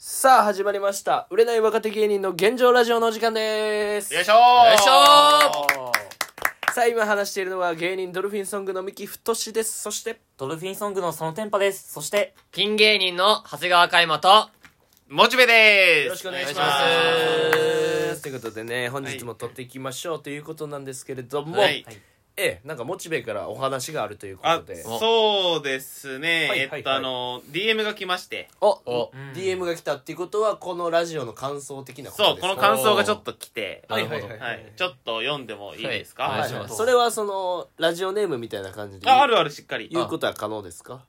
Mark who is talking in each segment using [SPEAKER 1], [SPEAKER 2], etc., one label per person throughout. [SPEAKER 1] さあ始まりました売れない若手芸人の現状ラジオのお時間です
[SPEAKER 2] よいしょ
[SPEAKER 3] よいしょ
[SPEAKER 1] さあ今話しているのは芸人ドルフィンソングの三木太志ですそして
[SPEAKER 4] ドルフィンソングのそのテンパです。そして、
[SPEAKER 3] ピン芸人の長谷川海馬と、
[SPEAKER 2] モチベです
[SPEAKER 1] よろしくお願いし
[SPEAKER 3] お願
[SPEAKER 1] ますということでね本日も撮っていきましょうということなんですけれども、
[SPEAKER 2] はい
[SPEAKER 1] ええなんかモチベからお話があるというこ
[SPEAKER 2] あ
[SPEAKER 1] とで
[SPEAKER 2] そうですね、
[SPEAKER 1] はいはいはい
[SPEAKER 2] えっとあの DM が来まして
[SPEAKER 1] お
[SPEAKER 3] お
[SPEAKER 1] DM が来たっていうことはこのラジオの感想的なことです
[SPEAKER 2] そう
[SPEAKER 1] か
[SPEAKER 2] この感想がちょっと来て
[SPEAKER 1] は
[SPEAKER 2] はいい、
[SPEAKER 1] はいはい、
[SPEAKER 2] ちょっと読んでもいいです
[SPEAKER 3] は
[SPEAKER 2] か、
[SPEAKER 3] いお願いし
[SPEAKER 1] は
[SPEAKER 3] ま
[SPEAKER 1] い
[SPEAKER 3] す
[SPEAKER 1] それはそのラジオネームみたいな感じで
[SPEAKER 2] ああるあるしっかり
[SPEAKER 1] 言うことは可能ですか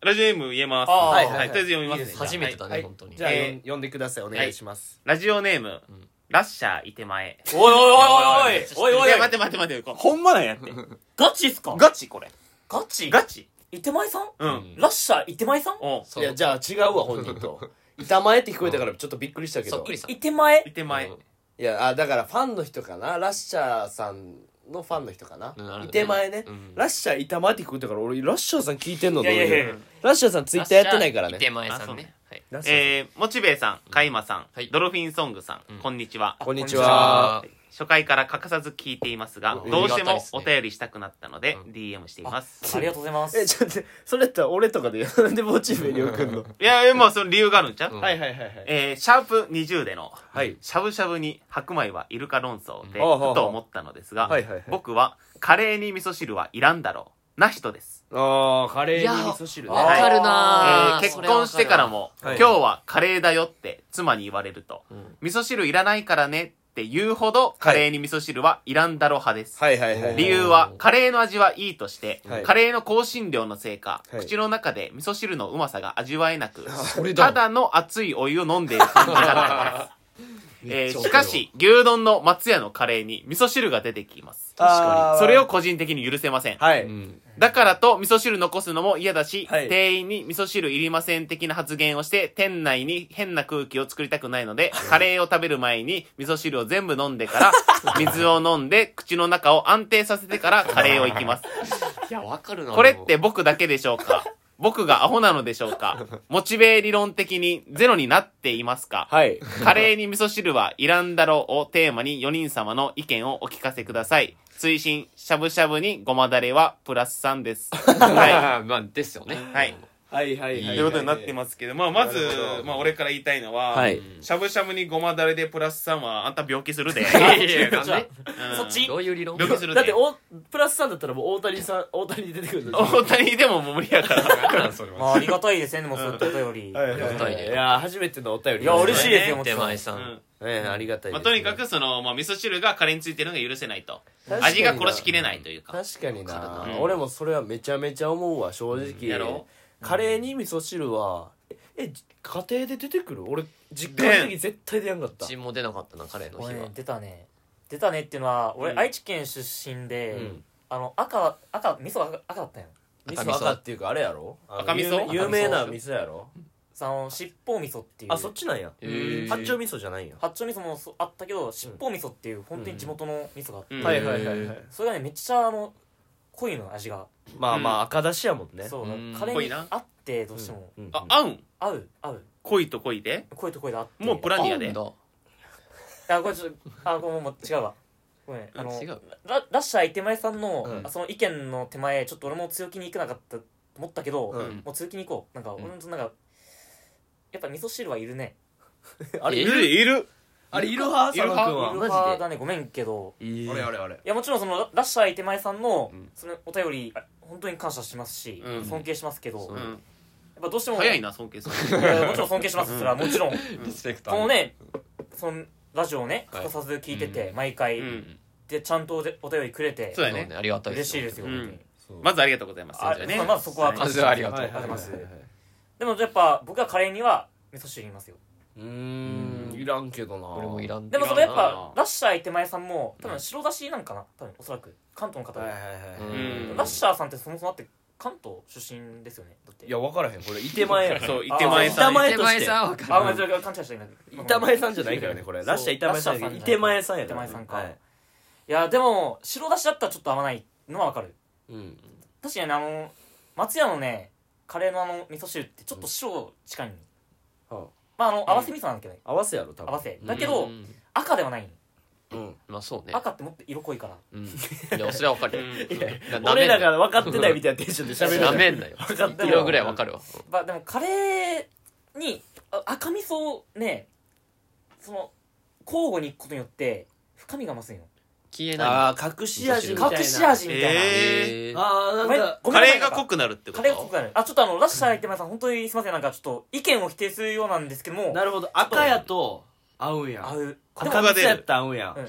[SPEAKER 2] ラジオネーム言えます
[SPEAKER 4] あー
[SPEAKER 2] はい、
[SPEAKER 1] はい
[SPEAKER 2] はいとりあえず読みます
[SPEAKER 1] いいです
[SPEAKER 3] 初めて
[SPEAKER 2] はい
[SPEAKER 3] だね、本当に。
[SPEAKER 1] じゃあ、
[SPEAKER 2] えー
[SPEAKER 1] よん呼んでくださいお願いします、
[SPEAKER 2] ラジオネーム、ラッシャーいてまえ
[SPEAKER 4] おいおいおいおいおいおいおい
[SPEAKER 2] や待って待って待ってこ
[SPEAKER 5] ほんまなんやって。
[SPEAKER 4] ガチっすか
[SPEAKER 2] ガチこれ
[SPEAKER 4] ガチ
[SPEAKER 2] ガチ
[SPEAKER 4] いてまいさん
[SPEAKER 2] うん、
[SPEAKER 1] うん
[SPEAKER 4] ラッシャーいてまいさん
[SPEAKER 2] お
[SPEAKER 3] そう
[SPEAKER 1] いやじゃあ違うわ本人と板前って聞こえたからちょっとびっくりしたけど
[SPEAKER 3] そっくりさん。
[SPEAKER 4] いてまえ
[SPEAKER 2] いてまえ、
[SPEAKER 3] うん
[SPEAKER 1] いやあだからファンの人かなラッシャーさんのファンの人かな、
[SPEAKER 3] うんなるほどね
[SPEAKER 1] いて前ね、
[SPEAKER 3] うん
[SPEAKER 1] ラッシャー板前って聞こえたから俺ラッシャーさん聞いてんの
[SPEAKER 4] いやいやいや
[SPEAKER 1] どううラッシャーさんツイッターやってないからね
[SPEAKER 3] 手前さ
[SPEAKER 2] あそ
[SPEAKER 3] ん
[SPEAKER 2] う
[SPEAKER 3] ね
[SPEAKER 2] ね。
[SPEAKER 3] はい。
[SPEAKER 1] ラッシャーさん
[SPEAKER 2] えー、モチベさん、カイマさん、
[SPEAKER 3] はい
[SPEAKER 2] ドルフィンソングさん、
[SPEAKER 3] うん
[SPEAKER 2] こんにちは。
[SPEAKER 1] こんにち
[SPEAKER 3] じゃ
[SPEAKER 1] は
[SPEAKER 3] あ、
[SPEAKER 2] 初回から欠かさず聞いていますが、
[SPEAKER 3] うん
[SPEAKER 2] どうして
[SPEAKER 3] ありがたいで
[SPEAKER 2] も
[SPEAKER 3] すね
[SPEAKER 2] お便りしたくなったので、
[SPEAKER 3] う
[SPEAKER 2] DM しています。
[SPEAKER 4] ありがとうございま
[SPEAKER 1] え
[SPEAKER 4] す。
[SPEAKER 1] ちょっと待ってそれやったら俺とかでなんでモチベに送るの
[SPEAKER 2] いや、もうその理由があるんちゃう、
[SPEAKER 3] うん
[SPEAKER 1] はいはいはいはい
[SPEAKER 2] えー、シャープ20での、
[SPEAKER 1] はい
[SPEAKER 2] しゃぶしゃぶに白米はイルカ論争で、
[SPEAKER 3] うん
[SPEAKER 1] ああ
[SPEAKER 2] ふと思ったのですが、
[SPEAKER 1] はいはいはい
[SPEAKER 2] 僕は、カレーに味噌汁はいらんだろう。な人です。
[SPEAKER 1] あーカレ
[SPEAKER 3] い
[SPEAKER 1] ー
[SPEAKER 3] や
[SPEAKER 1] に味噌汁ね
[SPEAKER 3] わかるな
[SPEAKER 2] えー
[SPEAKER 3] ぁ
[SPEAKER 2] 結婚してから。も、
[SPEAKER 1] はい
[SPEAKER 2] 今日はカレーだよって妻に言われると、
[SPEAKER 3] ん
[SPEAKER 2] 味噌汁いらないからねって言うほど、カレーに味噌汁はいらんだろう派です。
[SPEAKER 1] はいはいはいはい
[SPEAKER 2] 理由はカレーの味はいいとして、
[SPEAKER 1] はい
[SPEAKER 2] カレーの香辛料のせいか、
[SPEAKER 1] はい
[SPEAKER 2] 口の中で味噌汁のうまさが味わえなく
[SPEAKER 3] れだ
[SPEAKER 2] ただの熱いお湯を飲んでいる感じだったから です、え
[SPEAKER 3] めっちゃ
[SPEAKER 2] ー
[SPEAKER 3] わかるわ
[SPEAKER 2] しかし牛丼の松屋のカレーに味噌汁が出てきます
[SPEAKER 1] あー
[SPEAKER 2] それを個人的に許せません
[SPEAKER 1] は
[SPEAKER 3] う
[SPEAKER 1] い
[SPEAKER 3] ん。
[SPEAKER 2] だからと味噌汁残すのも嫌だし、
[SPEAKER 1] はい
[SPEAKER 2] 店員に味噌汁いりません的な発言をして店内に変な空気を作りたくない のでカレーを食べる前に味噌汁を全部飲んでから水を飲んで口の中を安定させてからカレーをいきます
[SPEAKER 3] いや、わかるな
[SPEAKER 2] これ って、僕だけでしょうか僕がアホなのでしょうかモチベ理論的にゼロになっていますか
[SPEAKER 1] はい
[SPEAKER 2] カレーに味噌汁はいらんだろうをテーマに4人様の意見をお聞かせください。推進、しゃぶしゃぶにごまだれはプラス3です。は
[SPEAKER 3] はい。まあ、ですよね。
[SPEAKER 2] い。はい。
[SPEAKER 1] はいはいはい
[SPEAKER 2] ということになってますけど、まあ、まず
[SPEAKER 1] なるほど、
[SPEAKER 2] まあ、俺から言いたいのは、
[SPEAKER 1] はい
[SPEAKER 2] しゃぶしゃぶにごまだれでプラス3は、あんた病気するで。
[SPEAKER 3] いやいやいや、なんで
[SPEAKER 2] うん
[SPEAKER 4] そっち
[SPEAKER 3] どういう理論
[SPEAKER 2] 病気するで。
[SPEAKER 1] だっておプラスさんだったらもう大谷さん大谷出てくるんだ
[SPEAKER 2] 大谷でももう無理やから。
[SPEAKER 3] なんなんそれ
[SPEAKER 4] まあ、ありがたいですね、でもそういったお便り。
[SPEAKER 1] はいはい
[SPEAKER 3] た
[SPEAKER 1] はいい
[SPEAKER 3] ね
[SPEAKER 1] いや初めてのお便り
[SPEAKER 4] いや嬉しいですよもち
[SPEAKER 3] 手
[SPEAKER 4] ろん
[SPEAKER 3] 前さ。
[SPEAKER 2] うんん
[SPEAKER 1] ねありがたい
[SPEAKER 2] ま
[SPEAKER 1] で
[SPEAKER 2] あ、
[SPEAKER 1] す
[SPEAKER 2] とにかくその、まあ、味噌汁がカレーについてるのが許せないと
[SPEAKER 1] 確かに
[SPEAKER 2] 味が殺しきれないというか
[SPEAKER 1] 確かにな
[SPEAKER 3] かる
[SPEAKER 2] な
[SPEAKER 1] 俺もそれはめちゃめちゃ思うわ正直
[SPEAKER 2] んやろ
[SPEAKER 1] カレーに味噌汁はええ家庭で出てくる俺実家の時絶対出やんかっ
[SPEAKER 3] う
[SPEAKER 1] た
[SPEAKER 3] ちも出なかったな、カレーの
[SPEAKER 4] こ
[SPEAKER 3] 日
[SPEAKER 4] れね
[SPEAKER 3] は。
[SPEAKER 4] 出たね。出たねっていうのは、
[SPEAKER 2] う
[SPEAKER 4] 俺、
[SPEAKER 2] ん
[SPEAKER 4] 愛知県出身で
[SPEAKER 1] うん、
[SPEAKER 4] あの、赤、赤、味噌赤赤だったよ。
[SPEAKER 1] 味
[SPEAKER 3] 赤味噌
[SPEAKER 1] 噌赤っていうかあれやろあの
[SPEAKER 2] 赤味噌
[SPEAKER 1] 有名有名な味噌やろ
[SPEAKER 4] その、尻尾味噌っていう。
[SPEAKER 1] あそっちなんや
[SPEAKER 3] へー
[SPEAKER 1] 八丁味噌じゃないんや
[SPEAKER 4] 八丁味噌もそうあったけど、尻尾味噌っていう、本当に地元の味噌があって。
[SPEAKER 2] うん
[SPEAKER 1] はいはいはいはい
[SPEAKER 4] それがね、めっちゃ、あの、濃いの、味が。
[SPEAKER 1] まあま
[SPEAKER 2] うん
[SPEAKER 1] あ赤だしやもんね
[SPEAKER 4] そう
[SPEAKER 3] うん
[SPEAKER 4] カレ
[SPEAKER 2] 濃い
[SPEAKER 4] ーに
[SPEAKER 2] な
[SPEAKER 4] 合ってどうしても
[SPEAKER 1] うん
[SPEAKER 2] あ合うん
[SPEAKER 4] 合う合う
[SPEAKER 2] 恋と恋で
[SPEAKER 4] 声と声で合って
[SPEAKER 2] もうプラニアで
[SPEAKER 3] なんだ
[SPEAKER 4] あこれちょっとあこれもう違うわごめんあの
[SPEAKER 3] 違う。
[SPEAKER 4] ララッシャー手前さんの、
[SPEAKER 1] うん
[SPEAKER 4] あその意見の手前ちょっと俺も強気に行かなかったと思ったけど、
[SPEAKER 1] うん
[SPEAKER 4] もう強気に行こうなんか俺もなんか、やっぱ味噌汁はいるね
[SPEAKER 1] あれ
[SPEAKER 3] え
[SPEAKER 2] い
[SPEAKER 1] いる
[SPEAKER 2] るいる
[SPEAKER 1] あれいるは佐野くん
[SPEAKER 3] あ
[SPEAKER 4] いる
[SPEAKER 1] は
[SPEAKER 4] 派だねごめんけど
[SPEAKER 3] えー
[SPEAKER 1] あれあれあれ
[SPEAKER 4] いやもちろんそのララッシャー手前さんの、
[SPEAKER 3] うん
[SPEAKER 4] そのお便りあ本当に感謝しますし、
[SPEAKER 2] うん
[SPEAKER 4] 尊敬しますけど、
[SPEAKER 3] そう
[SPEAKER 2] う
[SPEAKER 4] やっ
[SPEAKER 2] ん
[SPEAKER 4] ぱどうしても
[SPEAKER 2] 早いな尊敬する
[SPEAKER 4] いやもちろん尊敬しますそれはもちろん
[SPEAKER 3] リスペクトあ
[SPEAKER 4] こ
[SPEAKER 3] る
[SPEAKER 4] のねそのラジオをね
[SPEAKER 3] はい
[SPEAKER 4] 欠かさず聞いてて、毎回、
[SPEAKER 2] うん
[SPEAKER 4] でちゃんとおでお便りくれて
[SPEAKER 2] そうだ
[SPEAKER 3] そう
[SPEAKER 2] ね
[SPEAKER 3] ね。ありがたい
[SPEAKER 4] 嬉しいですよ、
[SPEAKER 2] うん
[SPEAKER 4] 本当に
[SPEAKER 2] まずありがとうございます
[SPEAKER 4] あ
[SPEAKER 2] じゃあね
[SPEAKER 4] まあまあそこは
[SPEAKER 3] まずはありがとう。
[SPEAKER 1] はいはいはいはい
[SPEAKER 4] ありがとうございでもやっぱ僕はカレーには味噌汁いますよ
[SPEAKER 1] うーんいらんけどな
[SPEAKER 3] 俺もいらん
[SPEAKER 4] でもそのやっ
[SPEAKER 2] いらんな
[SPEAKER 4] ぱラッシャー手前さんも多分白だしなんかな多分おそらく関東の方
[SPEAKER 1] はい
[SPEAKER 4] で、
[SPEAKER 1] はいはい
[SPEAKER 3] うん
[SPEAKER 2] うん
[SPEAKER 4] ラッシャーさんってそもそもだって関東出身ですよねだって
[SPEAKER 1] いや分からへんこれいてまえや
[SPEAKER 2] そう
[SPEAKER 4] あ
[SPEAKER 2] 板前さ
[SPEAKER 1] 板
[SPEAKER 2] ん
[SPEAKER 1] 前
[SPEAKER 3] 手前さんわかる
[SPEAKER 4] あごめんそれ勘違いした今
[SPEAKER 1] 板前さんじゃないからねこれ
[SPEAKER 4] そう
[SPEAKER 1] ラッシャー板前さん
[SPEAKER 4] ラッシャーさんじゃ
[SPEAKER 1] い
[SPEAKER 4] ない
[SPEAKER 1] てまえさんやから
[SPEAKER 4] 板前さんか
[SPEAKER 1] はい
[SPEAKER 4] いやでも白だしだったらちょっと合わないのはわかる
[SPEAKER 1] うん
[SPEAKER 4] 確かにねあの松屋のねカレーのあの味噌汁ってちょっと塩近いの、
[SPEAKER 1] うんはあ
[SPEAKER 4] ままああの合わせ味噌なんだけどね
[SPEAKER 1] 合わせやろ多分
[SPEAKER 4] 合わせだけど赤ではない
[SPEAKER 1] うん
[SPEAKER 3] まあそうね
[SPEAKER 4] 赤ってもっと色濃いから
[SPEAKER 3] うんいやそれはわかるよな
[SPEAKER 1] 俺らが
[SPEAKER 3] な
[SPEAKER 1] 分かってないみたいなテンションで喋
[SPEAKER 3] め
[SPEAKER 1] る
[SPEAKER 3] ん
[SPEAKER 1] な
[SPEAKER 3] なめんなよ
[SPEAKER 1] かってる
[SPEAKER 3] 色ぐらいわかるわ
[SPEAKER 4] まあでもカレーにあ赤味噌をねその交互にいくことによって深みが増すんよ
[SPEAKER 3] 消えない
[SPEAKER 1] ああ隠し味みたいな
[SPEAKER 4] 隠し味みたいな、
[SPEAKER 2] え
[SPEAKER 3] えー
[SPEAKER 1] ああなん
[SPEAKER 4] ごめん
[SPEAKER 1] か
[SPEAKER 4] ごめ
[SPEAKER 2] カ
[SPEAKER 4] んなさ
[SPEAKER 2] レ
[SPEAKER 4] い
[SPEAKER 2] ーが濃くなるってこ
[SPEAKER 4] カ
[SPEAKER 2] と
[SPEAKER 4] レーが濃くなるあちょっとあのラッシャーやって皆さん本当にすいませんなんかちょっと意見を否定するようなんですけども
[SPEAKER 1] なるほど赤やと合うんや
[SPEAKER 4] 合うでも
[SPEAKER 2] 赤
[SPEAKER 1] 赤味噌やったら合うんや
[SPEAKER 4] うん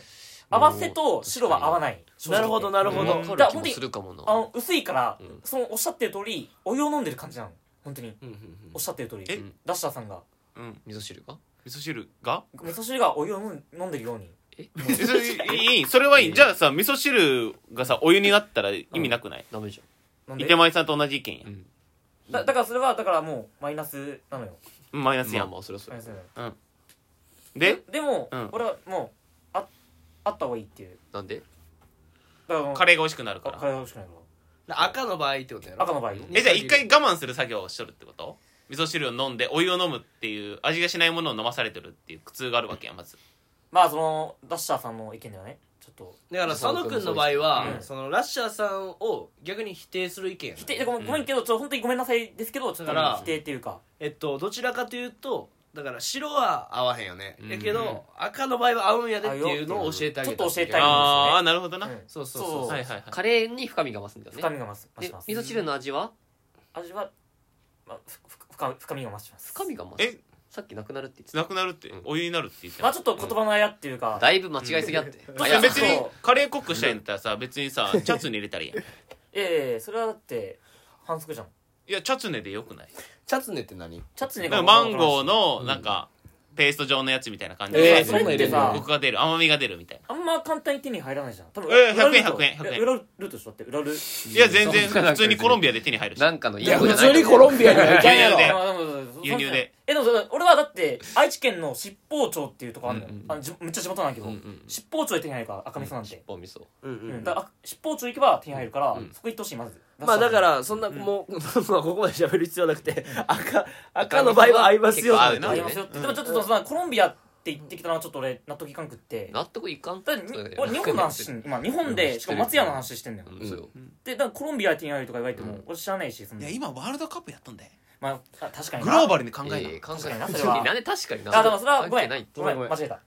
[SPEAKER 4] 合わせと白は合わない
[SPEAKER 1] なるほどなるほど
[SPEAKER 3] わかる気もするかもな
[SPEAKER 4] あの薄いから、
[SPEAKER 3] うん
[SPEAKER 4] そのおっしゃってる通りお湯を飲んでる感じなの本当に
[SPEAKER 1] うんうんうん
[SPEAKER 4] おっしゃってる通り
[SPEAKER 2] え
[SPEAKER 4] ラッシャーさんが
[SPEAKER 2] うん
[SPEAKER 3] 味噌汁が
[SPEAKER 2] 味噌汁が
[SPEAKER 4] 味噌汁がお湯を飲ん飲んでるように
[SPEAKER 2] えそれいいそれはいいじゃあさ味噌汁がさお湯になったら意味なくない
[SPEAKER 3] ダメじ
[SPEAKER 4] 飲んで
[SPEAKER 2] 池前さんと同じ意見や
[SPEAKER 3] ゃんうん
[SPEAKER 4] だだからそれはだからもうマイナスなのよ
[SPEAKER 2] うんマイナス
[SPEAKER 3] ま
[SPEAKER 2] や
[SPEAKER 3] あ
[SPEAKER 2] ん
[SPEAKER 3] まあそれはそ
[SPEAKER 4] マイ
[SPEAKER 3] れ
[SPEAKER 4] ナスなのよ
[SPEAKER 2] で
[SPEAKER 4] でも、
[SPEAKER 2] うん
[SPEAKER 4] 俺はもうああった方がいいっていう
[SPEAKER 3] なんで
[SPEAKER 4] だからもう
[SPEAKER 2] カレーが美味しくなるか
[SPEAKER 4] あ
[SPEAKER 2] ら
[SPEAKER 4] カレーが欲しくないか
[SPEAKER 1] 赤の場合ってことやろ
[SPEAKER 4] ら赤の場合
[SPEAKER 2] えじゃあ一回我慢する作業をしとるってこと味噌汁を飲んでお湯を飲むっていう味がしないものを飲まされてるっていう苦痛があるわけやまず
[SPEAKER 4] まあそのラッシャーさんの意見ではねちょっと
[SPEAKER 1] だから佐野君の場合は、
[SPEAKER 4] うん
[SPEAKER 1] そのラッシャーさんを逆に否定する意見やな
[SPEAKER 4] 否定でごめんごめんけどちょっと本当にごめんなさいですけどちょっと
[SPEAKER 1] だから
[SPEAKER 4] 否定っていうか
[SPEAKER 1] えっとどちらかというとだから白は合わへんよね、
[SPEAKER 3] うん
[SPEAKER 1] やけど赤の場合は合うんやでっていうのを教えてあげた
[SPEAKER 4] ちょっと教えてあげる
[SPEAKER 2] あーあーなるほど
[SPEAKER 4] う
[SPEAKER 2] な、
[SPEAKER 4] ん
[SPEAKER 1] そうそう
[SPEAKER 4] そう
[SPEAKER 2] はいはいはい
[SPEAKER 3] カレーに深みが増すんだよね
[SPEAKER 4] 深みが増す増
[SPEAKER 3] で
[SPEAKER 4] します
[SPEAKER 3] 味噌汁の味は
[SPEAKER 4] 味は、まあ、ふふ深深みが増します
[SPEAKER 3] 深みが増す
[SPEAKER 2] え
[SPEAKER 3] さっきなくなるって言って
[SPEAKER 2] なくなるって、
[SPEAKER 3] うん
[SPEAKER 2] お湯になるって言って
[SPEAKER 4] ま
[SPEAKER 2] な
[SPEAKER 4] あ
[SPEAKER 2] い
[SPEAKER 4] ちょっと言葉のあやっていうか
[SPEAKER 3] ただいぶ間違いすぎあって
[SPEAKER 2] まあ
[SPEAKER 3] あ
[SPEAKER 2] い
[SPEAKER 3] いや
[SPEAKER 2] や別に
[SPEAKER 4] そう
[SPEAKER 2] カレーコックしたいんだったらさ別にさチャツネ入れたらいいやんい
[SPEAKER 4] いやいやいやそれはだって反則じゃん
[SPEAKER 2] やチャツネでよくない
[SPEAKER 5] チャツネって何
[SPEAKER 4] チャツネ
[SPEAKER 2] な
[SPEAKER 4] が
[SPEAKER 2] んかマンゴーのなんか、ペースト状のやつみたいな感じ
[SPEAKER 4] え
[SPEAKER 2] で、
[SPEAKER 4] ーそれってさ
[SPEAKER 2] コクが出る甘みが出るみたいな
[SPEAKER 4] あんま簡単に手に入らないじゃん多分
[SPEAKER 2] えー100円
[SPEAKER 4] 裏ルー
[SPEAKER 2] 100円100円
[SPEAKER 4] トいや裏ルートでしょだって裏ルー
[SPEAKER 2] いや全然
[SPEAKER 3] そんななんか
[SPEAKER 2] 普通にコロンビアで手に入るし
[SPEAKER 3] なんかのい
[SPEAKER 5] い
[SPEAKER 3] い子じゃない
[SPEAKER 5] ロンビアにはい
[SPEAKER 2] かんやろ
[SPEAKER 4] ト
[SPEAKER 2] で
[SPEAKER 4] まあでもそうそうそう
[SPEAKER 2] 輸入で
[SPEAKER 4] えでもそう俺はだって愛知県の七宝町っていうとこあるのよ
[SPEAKER 3] うんうん
[SPEAKER 4] あのじめっちゃ地元なんだけ
[SPEAKER 3] うんう
[SPEAKER 4] ど
[SPEAKER 3] ん
[SPEAKER 4] 七宝町で手に入るから赤味噌なんて
[SPEAKER 3] お味噌
[SPEAKER 5] うん
[SPEAKER 4] う
[SPEAKER 5] うんん
[SPEAKER 4] だからあ七宝町行けば手に入るから
[SPEAKER 3] うん
[SPEAKER 4] そこ行ってほしいまず
[SPEAKER 1] まあだかららそんな、もうまあ ここまで喋る必要なくて赤赤の場合は合います
[SPEAKER 3] 結
[SPEAKER 1] よ
[SPEAKER 3] 構合
[SPEAKER 1] っ
[SPEAKER 3] う
[SPEAKER 1] て
[SPEAKER 3] な
[SPEAKER 4] ありますよってでもちょっとそのさコロンビアって行ってきたのはちょっと俺納得いかんくって
[SPEAKER 3] 納得いかん
[SPEAKER 4] だってに俺日本の話し
[SPEAKER 3] うん
[SPEAKER 4] 今日本でしかも松屋の話してんだよ
[SPEAKER 3] んそうよ
[SPEAKER 4] でだからコロンビア手に入るとか言われても
[SPEAKER 3] うん
[SPEAKER 4] 俺知らないしそんな
[SPEAKER 2] 今ワールドカップやったんだよ
[SPEAKER 4] まああ確かに
[SPEAKER 2] グロー
[SPEAKER 4] ル
[SPEAKER 2] バルに考えな、
[SPEAKER 3] ええ考
[SPEAKER 4] 確か
[SPEAKER 3] え
[SPEAKER 4] に
[SPEAKER 3] な
[SPEAKER 4] ないそれは
[SPEAKER 3] なんで確かにな
[SPEAKER 4] あでもそれはご
[SPEAKER 3] 関
[SPEAKER 4] め
[SPEAKER 3] 係ない
[SPEAKER 4] んごめん
[SPEAKER 1] ごめん
[SPEAKER 4] 間違えた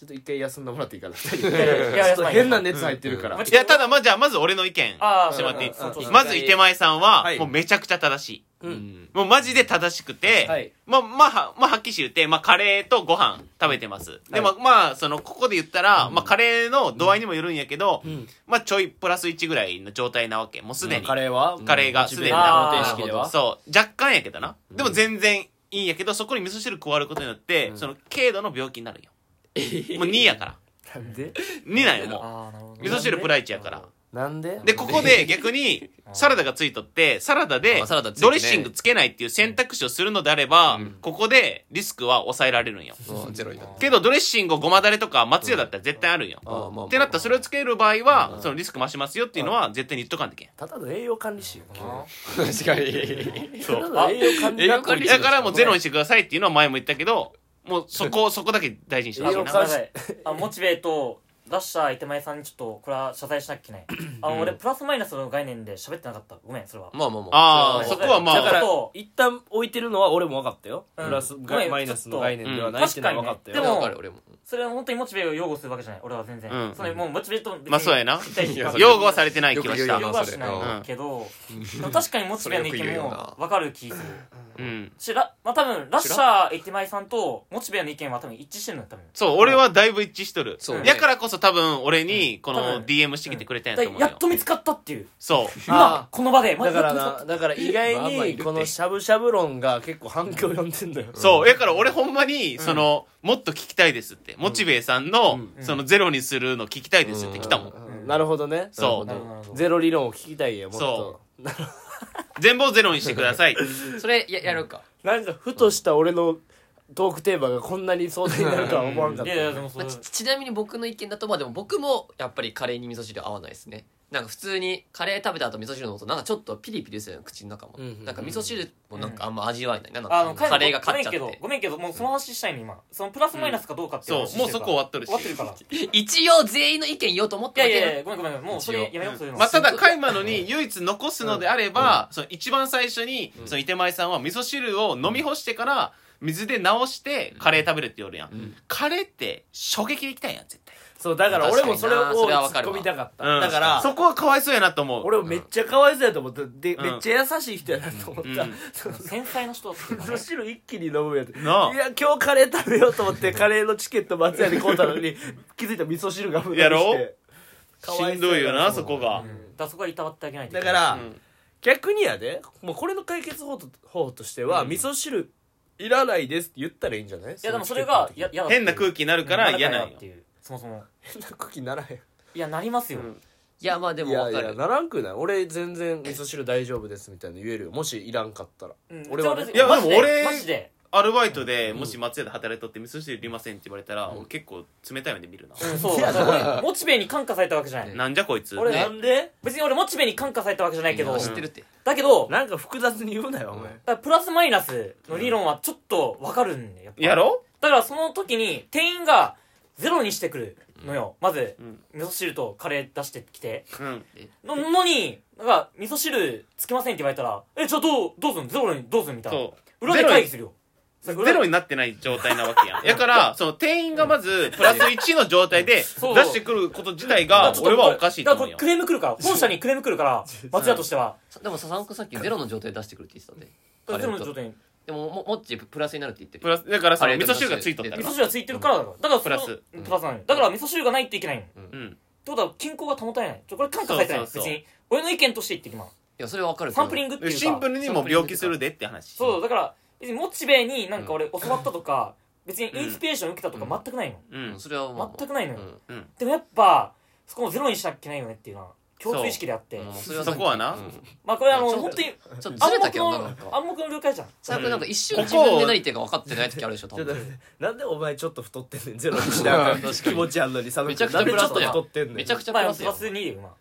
[SPEAKER 5] ちょっと一回休んでもらっていいかなち
[SPEAKER 4] いやいやいや
[SPEAKER 5] ょっと変な
[SPEAKER 4] ね
[SPEAKER 5] 熱入ってるから、
[SPEAKER 4] うん
[SPEAKER 2] いやただまあじゃあまず俺の意見
[SPEAKER 4] ああ
[SPEAKER 2] してもらっていい
[SPEAKER 1] うんうんうん
[SPEAKER 4] そうそうそう
[SPEAKER 2] まず池前さんは
[SPEAKER 1] はい
[SPEAKER 2] もうめちゃくちゃ正しい
[SPEAKER 1] うん
[SPEAKER 3] うん
[SPEAKER 2] もうマジで正しくて、
[SPEAKER 1] はい
[SPEAKER 2] まあ、まあ、はまあ、はっきり言って、まあ、カレーとご飯食べてます。で、まあ、まあ、その、ここで言ったら、まあ、カレーの度合いにもよるんやけど、
[SPEAKER 1] ん
[SPEAKER 2] まあ、ちょいプラス1ぐらいの状態なわけ。もうすでに。
[SPEAKER 1] カレーは
[SPEAKER 2] カレーがすで
[SPEAKER 1] モチ
[SPEAKER 2] に
[SPEAKER 1] ベ
[SPEAKER 4] あー
[SPEAKER 1] 方程式では
[SPEAKER 2] そう、若干やけどな。でも全然いいんやけど、そこに味噌汁加わることによって、その、軽度の病気になるんよ。もう2やか
[SPEAKER 1] な
[SPEAKER 2] ら。
[SPEAKER 1] んで
[SPEAKER 2] 2なんよ、も
[SPEAKER 4] ああなるほど
[SPEAKER 2] う。味噌汁プライチやから。
[SPEAKER 1] なんで
[SPEAKER 2] で、ここで逆に、サラダがついとって、サラダで
[SPEAKER 3] あサラダついてね
[SPEAKER 2] ドレッシングつけないっていう選択肢をするのであれば、
[SPEAKER 3] うん
[SPEAKER 2] ここでリスクは抑えられるんよ。
[SPEAKER 3] うんゼロになる
[SPEAKER 2] けど、ドレッシングをごまだれとか松屋だったら絶対あるんよ。
[SPEAKER 3] まあまあまあ
[SPEAKER 2] ってなったらそれをつける場合は、そのリスク増しますよっていうのは絶対に言っとかんといけん。
[SPEAKER 1] ただの栄養管理士よ
[SPEAKER 3] 確かに
[SPEAKER 1] ただの栄養管理
[SPEAKER 3] 栄養管理士
[SPEAKER 2] だからもうゼロにしてくださいっていうのは前も言ったけど、もうそこ、そこだけ大事にしてほしい
[SPEAKER 1] 栄養
[SPEAKER 4] ご
[SPEAKER 1] 管
[SPEAKER 4] めん
[SPEAKER 2] な。
[SPEAKER 4] なさいあモチベとラッシャー伊手前さんにちょっとこれは謝罪しなきゃいけないあの俺プラスマイナスの概念で喋ってなかったごめんそれは
[SPEAKER 3] まあまあまあ
[SPEAKER 2] ああ、そこはま
[SPEAKER 1] だか
[SPEAKER 2] あ、
[SPEAKER 1] ら
[SPEAKER 4] そ
[SPEAKER 1] 一旦置いてるのは俺も分かったよ、
[SPEAKER 4] うん
[SPEAKER 1] プラス
[SPEAKER 4] ごめ
[SPEAKER 1] が
[SPEAKER 4] ん
[SPEAKER 1] マイナスの概念ではないっていうのは分かったよ、
[SPEAKER 4] で
[SPEAKER 3] で
[SPEAKER 4] も
[SPEAKER 3] もわかる俺も
[SPEAKER 4] それは本当にモチベを擁護するわけじゃない俺は全然、
[SPEAKER 2] うん
[SPEAKER 4] それもうモチベと別に
[SPEAKER 2] まあそうやな
[SPEAKER 4] 一対一
[SPEAKER 3] いやそれ
[SPEAKER 2] 擁護はされてない気はし
[SPEAKER 3] よ
[SPEAKER 2] た
[SPEAKER 3] く。言
[SPEAKER 4] 擁
[SPEAKER 3] う
[SPEAKER 4] 護はしない
[SPEAKER 3] うん
[SPEAKER 4] けど、でも確かにモチベの意
[SPEAKER 3] それ
[SPEAKER 4] 見
[SPEAKER 3] よく言うよ
[SPEAKER 4] も
[SPEAKER 3] な
[SPEAKER 4] 分かる気する
[SPEAKER 2] うん。
[SPEAKER 4] しらまあ多分ラッシャー駅前さんとモチベの意見は多分一致してるのよ多分
[SPEAKER 2] そう、俺はだいぶ一致しとる。
[SPEAKER 3] そう
[SPEAKER 2] やからこそ多分俺に、こ
[SPEAKER 4] 多
[SPEAKER 2] の
[SPEAKER 4] 分
[SPEAKER 2] DM してきてくれたんや
[SPEAKER 4] だ
[SPEAKER 2] と
[SPEAKER 4] か
[SPEAKER 2] 思
[SPEAKER 4] ら
[SPEAKER 2] うよ
[SPEAKER 4] やっ。と見つかったっていう
[SPEAKER 2] そう。
[SPEAKER 4] 今この場でま
[SPEAKER 1] だから
[SPEAKER 4] やっと
[SPEAKER 1] なだから意外
[SPEAKER 3] まあまあいるっ
[SPEAKER 1] に
[SPEAKER 3] て
[SPEAKER 1] このしゃぶしゃぶ論が結構反響呼んでんだよ、
[SPEAKER 2] そう。やから俺ほんまに、その、もっと聞きたいですって。モチベイさんの、
[SPEAKER 4] うん
[SPEAKER 2] そのゼロにするの聞きたいですって来たもん。
[SPEAKER 1] うんなるほどね
[SPEAKER 2] そ
[SPEAKER 4] 見つかったなるほどなるほど
[SPEAKER 1] ゼロ理論を聞きたいよもっと
[SPEAKER 2] そ全部をゼロにしてください。
[SPEAKER 3] それややろうか
[SPEAKER 1] なんかふとした俺のトークテーマがこんなに壮大になるとは思わんかっ
[SPEAKER 4] い
[SPEAKER 1] た
[SPEAKER 4] やいやでもそ
[SPEAKER 3] ま
[SPEAKER 4] れ
[SPEAKER 3] あちちなみに僕の意見だとまあでも僕もやっぱりカレーに味噌汁合わないですね
[SPEAKER 6] なんか普通にカレー食べた後味噌汁飲むとなんかちょっとピリピリするよ口の中も、
[SPEAKER 7] うんうんうん
[SPEAKER 6] なんか味噌汁もなんかあんま味わえない、なん
[SPEAKER 4] あ
[SPEAKER 6] か
[SPEAKER 4] の
[SPEAKER 6] カレーが勝っちゃっ
[SPEAKER 4] ごめんけ
[SPEAKER 6] て
[SPEAKER 4] どごめんけどもうその話したいね今そのプラスマイナスかどうかってい
[SPEAKER 2] そう
[SPEAKER 4] う話して
[SPEAKER 2] もう
[SPEAKER 4] る
[SPEAKER 2] そ
[SPEAKER 4] から
[SPEAKER 2] こ終わっとるし
[SPEAKER 4] 終わって るから
[SPEAKER 6] 一応全員の意見言おうと思っ
[SPEAKER 4] い
[SPEAKER 6] て
[SPEAKER 4] や
[SPEAKER 6] た
[SPEAKER 4] い
[SPEAKER 6] けど
[SPEAKER 4] やいやごめんごめんごめんもうそれやめようそういうの
[SPEAKER 2] まあ、ただカイマのに唯一残すのであれば、その一番最初に、その伊手前さんは味噌汁を飲み干してから水で直してカレー食べるって言うやん、カレーって衝撃でいきたいやん絶対
[SPEAKER 8] そうだから俺もそれを
[SPEAKER 6] 確かになそれはわ
[SPEAKER 8] 突
[SPEAKER 6] か
[SPEAKER 8] っ
[SPEAKER 6] るわ
[SPEAKER 8] 込みたかった、
[SPEAKER 2] うん
[SPEAKER 8] だから
[SPEAKER 2] そこはかわいそうやなと思う
[SPEAKER 8] 俺もめっちゃかわいそうやと思ったで、
[SPEAKER 2] うん
[SPEAKER 8] めっちゃ優しい人やなと思った、
[SPEAKER 2] うん
[SPEAKER 8] その
[SPEAKER 4] 繊細な人だっ た
[SPEAKER 8] 味噌汁一気に飲むやつい
[SPEAKER 2] なあ
[SPEAKER 8] や今日カレー食べようと思ってカレーのチケット松屋に買うたのに気づいたら味噌汁が無駄にして
[SPEAKER 2] やろ
[SPEAKER 8] かわ
[SPEAKER 2] しん
[SPEAKER 8] そう
[SPEAKER 2] どい
[SPEAKER 8] や
[SPEAKER 2] よなそこが、
[SPEAKER 4] だからそこはいたわってあげないとい
[SPEAKER 8] だ
[SPEAKER 4] け
[SPEAKER 8] か
[SPEAKER 4] ない
[SPEAKER 8] ら、
[SPEAKER 2] うん
[SPEAKER 8] 逆にやでもうこれの解決方法と方としては、味噌汁いらないですって言ったらいいんじゃないい
[SPEAKER 4] いやでもそれがややだっていう
[SPEAKER 2] 変な空気になるから嫌なん
[SPEAKER 4] だっ
[SPEAKER 2] よ
[SPEAKER 4] ていうそもそも
[SPEAKER 8] 変な空気にならへん
[SPEAKER 4] いやなりますよ、
[SPEAKER 2] うん
[SPEAKER 6] いやまあで
[SPEAKER 1] い
[SPEAKER 6] も
[SPEAKER 1] や
[SPEAKER 6] わ
[SPEAKER 1] い
[SPEAKER 6] か
[SPEAKER 1] や
[SPEAKER 6] る
[SPEAKER 1] ならんくない俺全然味噌汁大丈夫ですみたいな言えるよもしいらんかったら
[SPEAKER 4] うん
[SPEAKER 1] 俺はね
[SPEAKER 4] 別に
[SPEAKER 2] いやでも
[SPEAKER 4] マジ
[SPEAKER 2] 俺
[SPEAKER 4] マジで
[SPEAKER 2] アルバイトでもし松屋で働いとって味噌汁いりませんって言われたら、俺結構冷たい目で見るな、
[SPEAKER 4] うんそうだから俺モチベに感化されたわけじゃない、
[SPEAKER 2] なんじゃこいつ
[SPEAKER 4] 俺
[SPEAKER 6] ね
[SPEAKER 8] なんで
[SPEAKER 4] 別に俺モチベに感化されたわけじゃないけど
[SPEAKER 6] 知ってるって
[SPEAKER 4] だけどだか
[SPEAKER 8] なんか複雑に言うなよお前、
[SPEAKER 4] らプラスマイナスの理論はちょっとわかるんだよやっぱ
[SPEAKER 2] やろ
[SPEAKER 4] だからその時に店員がゼロにしてくるのよ、まず
[SPEAKER 2] うん
[SPEAKER 4] 味噌汁とカレー出してきて
[SPEAKER 2] うん
[SPEAKER 4] ののになんか味噌汁つけませんって言われたらえじゃあどうどうすんゼロにどうすんみたいな
[SPEAKER 2] そう
[SPEAKER 4] 裏で会議するよゼ
[SPEAKER 2] ゼロになってない状態なわけやん。だから、その店員がまず、プラス1の状態で出
[SPEAKER 4] そう
[SPEAKER 2] してくること自体が、俺はおかしいと思う
[SPEAKER 4] だ
[SPEAKER 2] よ
[SPEAKER 4] からこ。れクレーム 来るから本社にクレーム来るから松屋としては
[SPEAKER 6] さでもささんくんさっきゼロの状態出してくるって言ってたんで
[SPEAKER 4] だからゼロの
[SPEAKER 6] カレ
[SPEAKER 4] 状
[SPEAKER 6] ーと
[SPEAKER 4] 態に
[SPEAKER 6] でもももっちプラスになるって言ってる
[SPEAKER 2] プラス、だからその
[SPEAKER 6] あれ
[SPEAKER 2] 味噌汁がついとった
[SPEAKER 6] だ
[SPEAKER 4] 味
[SPEAKER 2] ら
[SPEAKER 4] 噌。汁がついてるからだからだからその
[SPEAKER 2] プラ
[SPEAKER 4] うんプラスなのよだから味噌汁がないといけないのって
[SPEAKER 2] うん。
[SPEAKER 4] ことは均衡が保たれないちょこれ感化されてない
[SPEAKER 2] そうそう
[SPEAKER 4] 別
[SPEAKER 2] そう
[SPEAKER 4] に俺の意見として言ってきます
[SPEAKER 6] いやそれはわかるけど
[SPEAKER 4] サンプリングっていうか
[SPEAKER 2] シンプルにもう病気するでって話。
[SPEAKER 4] そうだから別にモチベになんか俺教わったとか、別にインスピレーション受けたとか全くないの、
[SPEAKER 2] う
[SPEAKER 6] うんん。それはまあまあ
[SPEAKER 4] 全くないのよ、
[SPEAKER 6] うん
[SPEAKER 2] うん。
[SPEAKER 4] でもやっぱそこもゼロにしなきゃいけないよねっていうのは共通意識であって、
[SPEAKER 6] うん
[SPEAKER 2] そ
[SPEAKER 6] れはなんか
[SPEAKER 2] こはな、
[SPEAKER 4] まあこれあの
[SPEAKER 6] ちょっと
[SPEAKER 4] 本当に
[SPEAKER 6] ちょっとず
[SPEAKER 4] 暗
[SPEAKER 6] れた
[SPEAKER 4] 黙
[SPEAKER 6] けどな
[SPEAKER 4] の
[SPEAKER 6] なんか
[SPEAKER 4] 暗黙の了解じゃん
[SPEAKER 6] さやくんなんか一瞬
[SPEAKER 2] うん
[SPEAKER 6] 自分で何言ってるか分かってない時あるでしょ多
[SPEAKER 8] ちょっと
[SPEAKER 6] 分
[SPEAKER 8] 待ってなんでお前ちょっと太ってんねんゼロにしなあかん気持ちあんのに寒
[SPEAKER 6] めちゃくちゃ
[SPEAKER 8] なんでちょっと
[SPEAKER 6] プラスやん
[SPEAKER 8] 太ってんねん
[SPEAKER 6] めちゃくちゃプ
[SPEAKER 4] まあ
[SPEAKER 6] ラス
[SPEAKER 4] プ
[SPEAKER 6] や
[SPEAKER 4] ラ
[SPEAKER 6] ん
[SPEAKER 4] ス2で今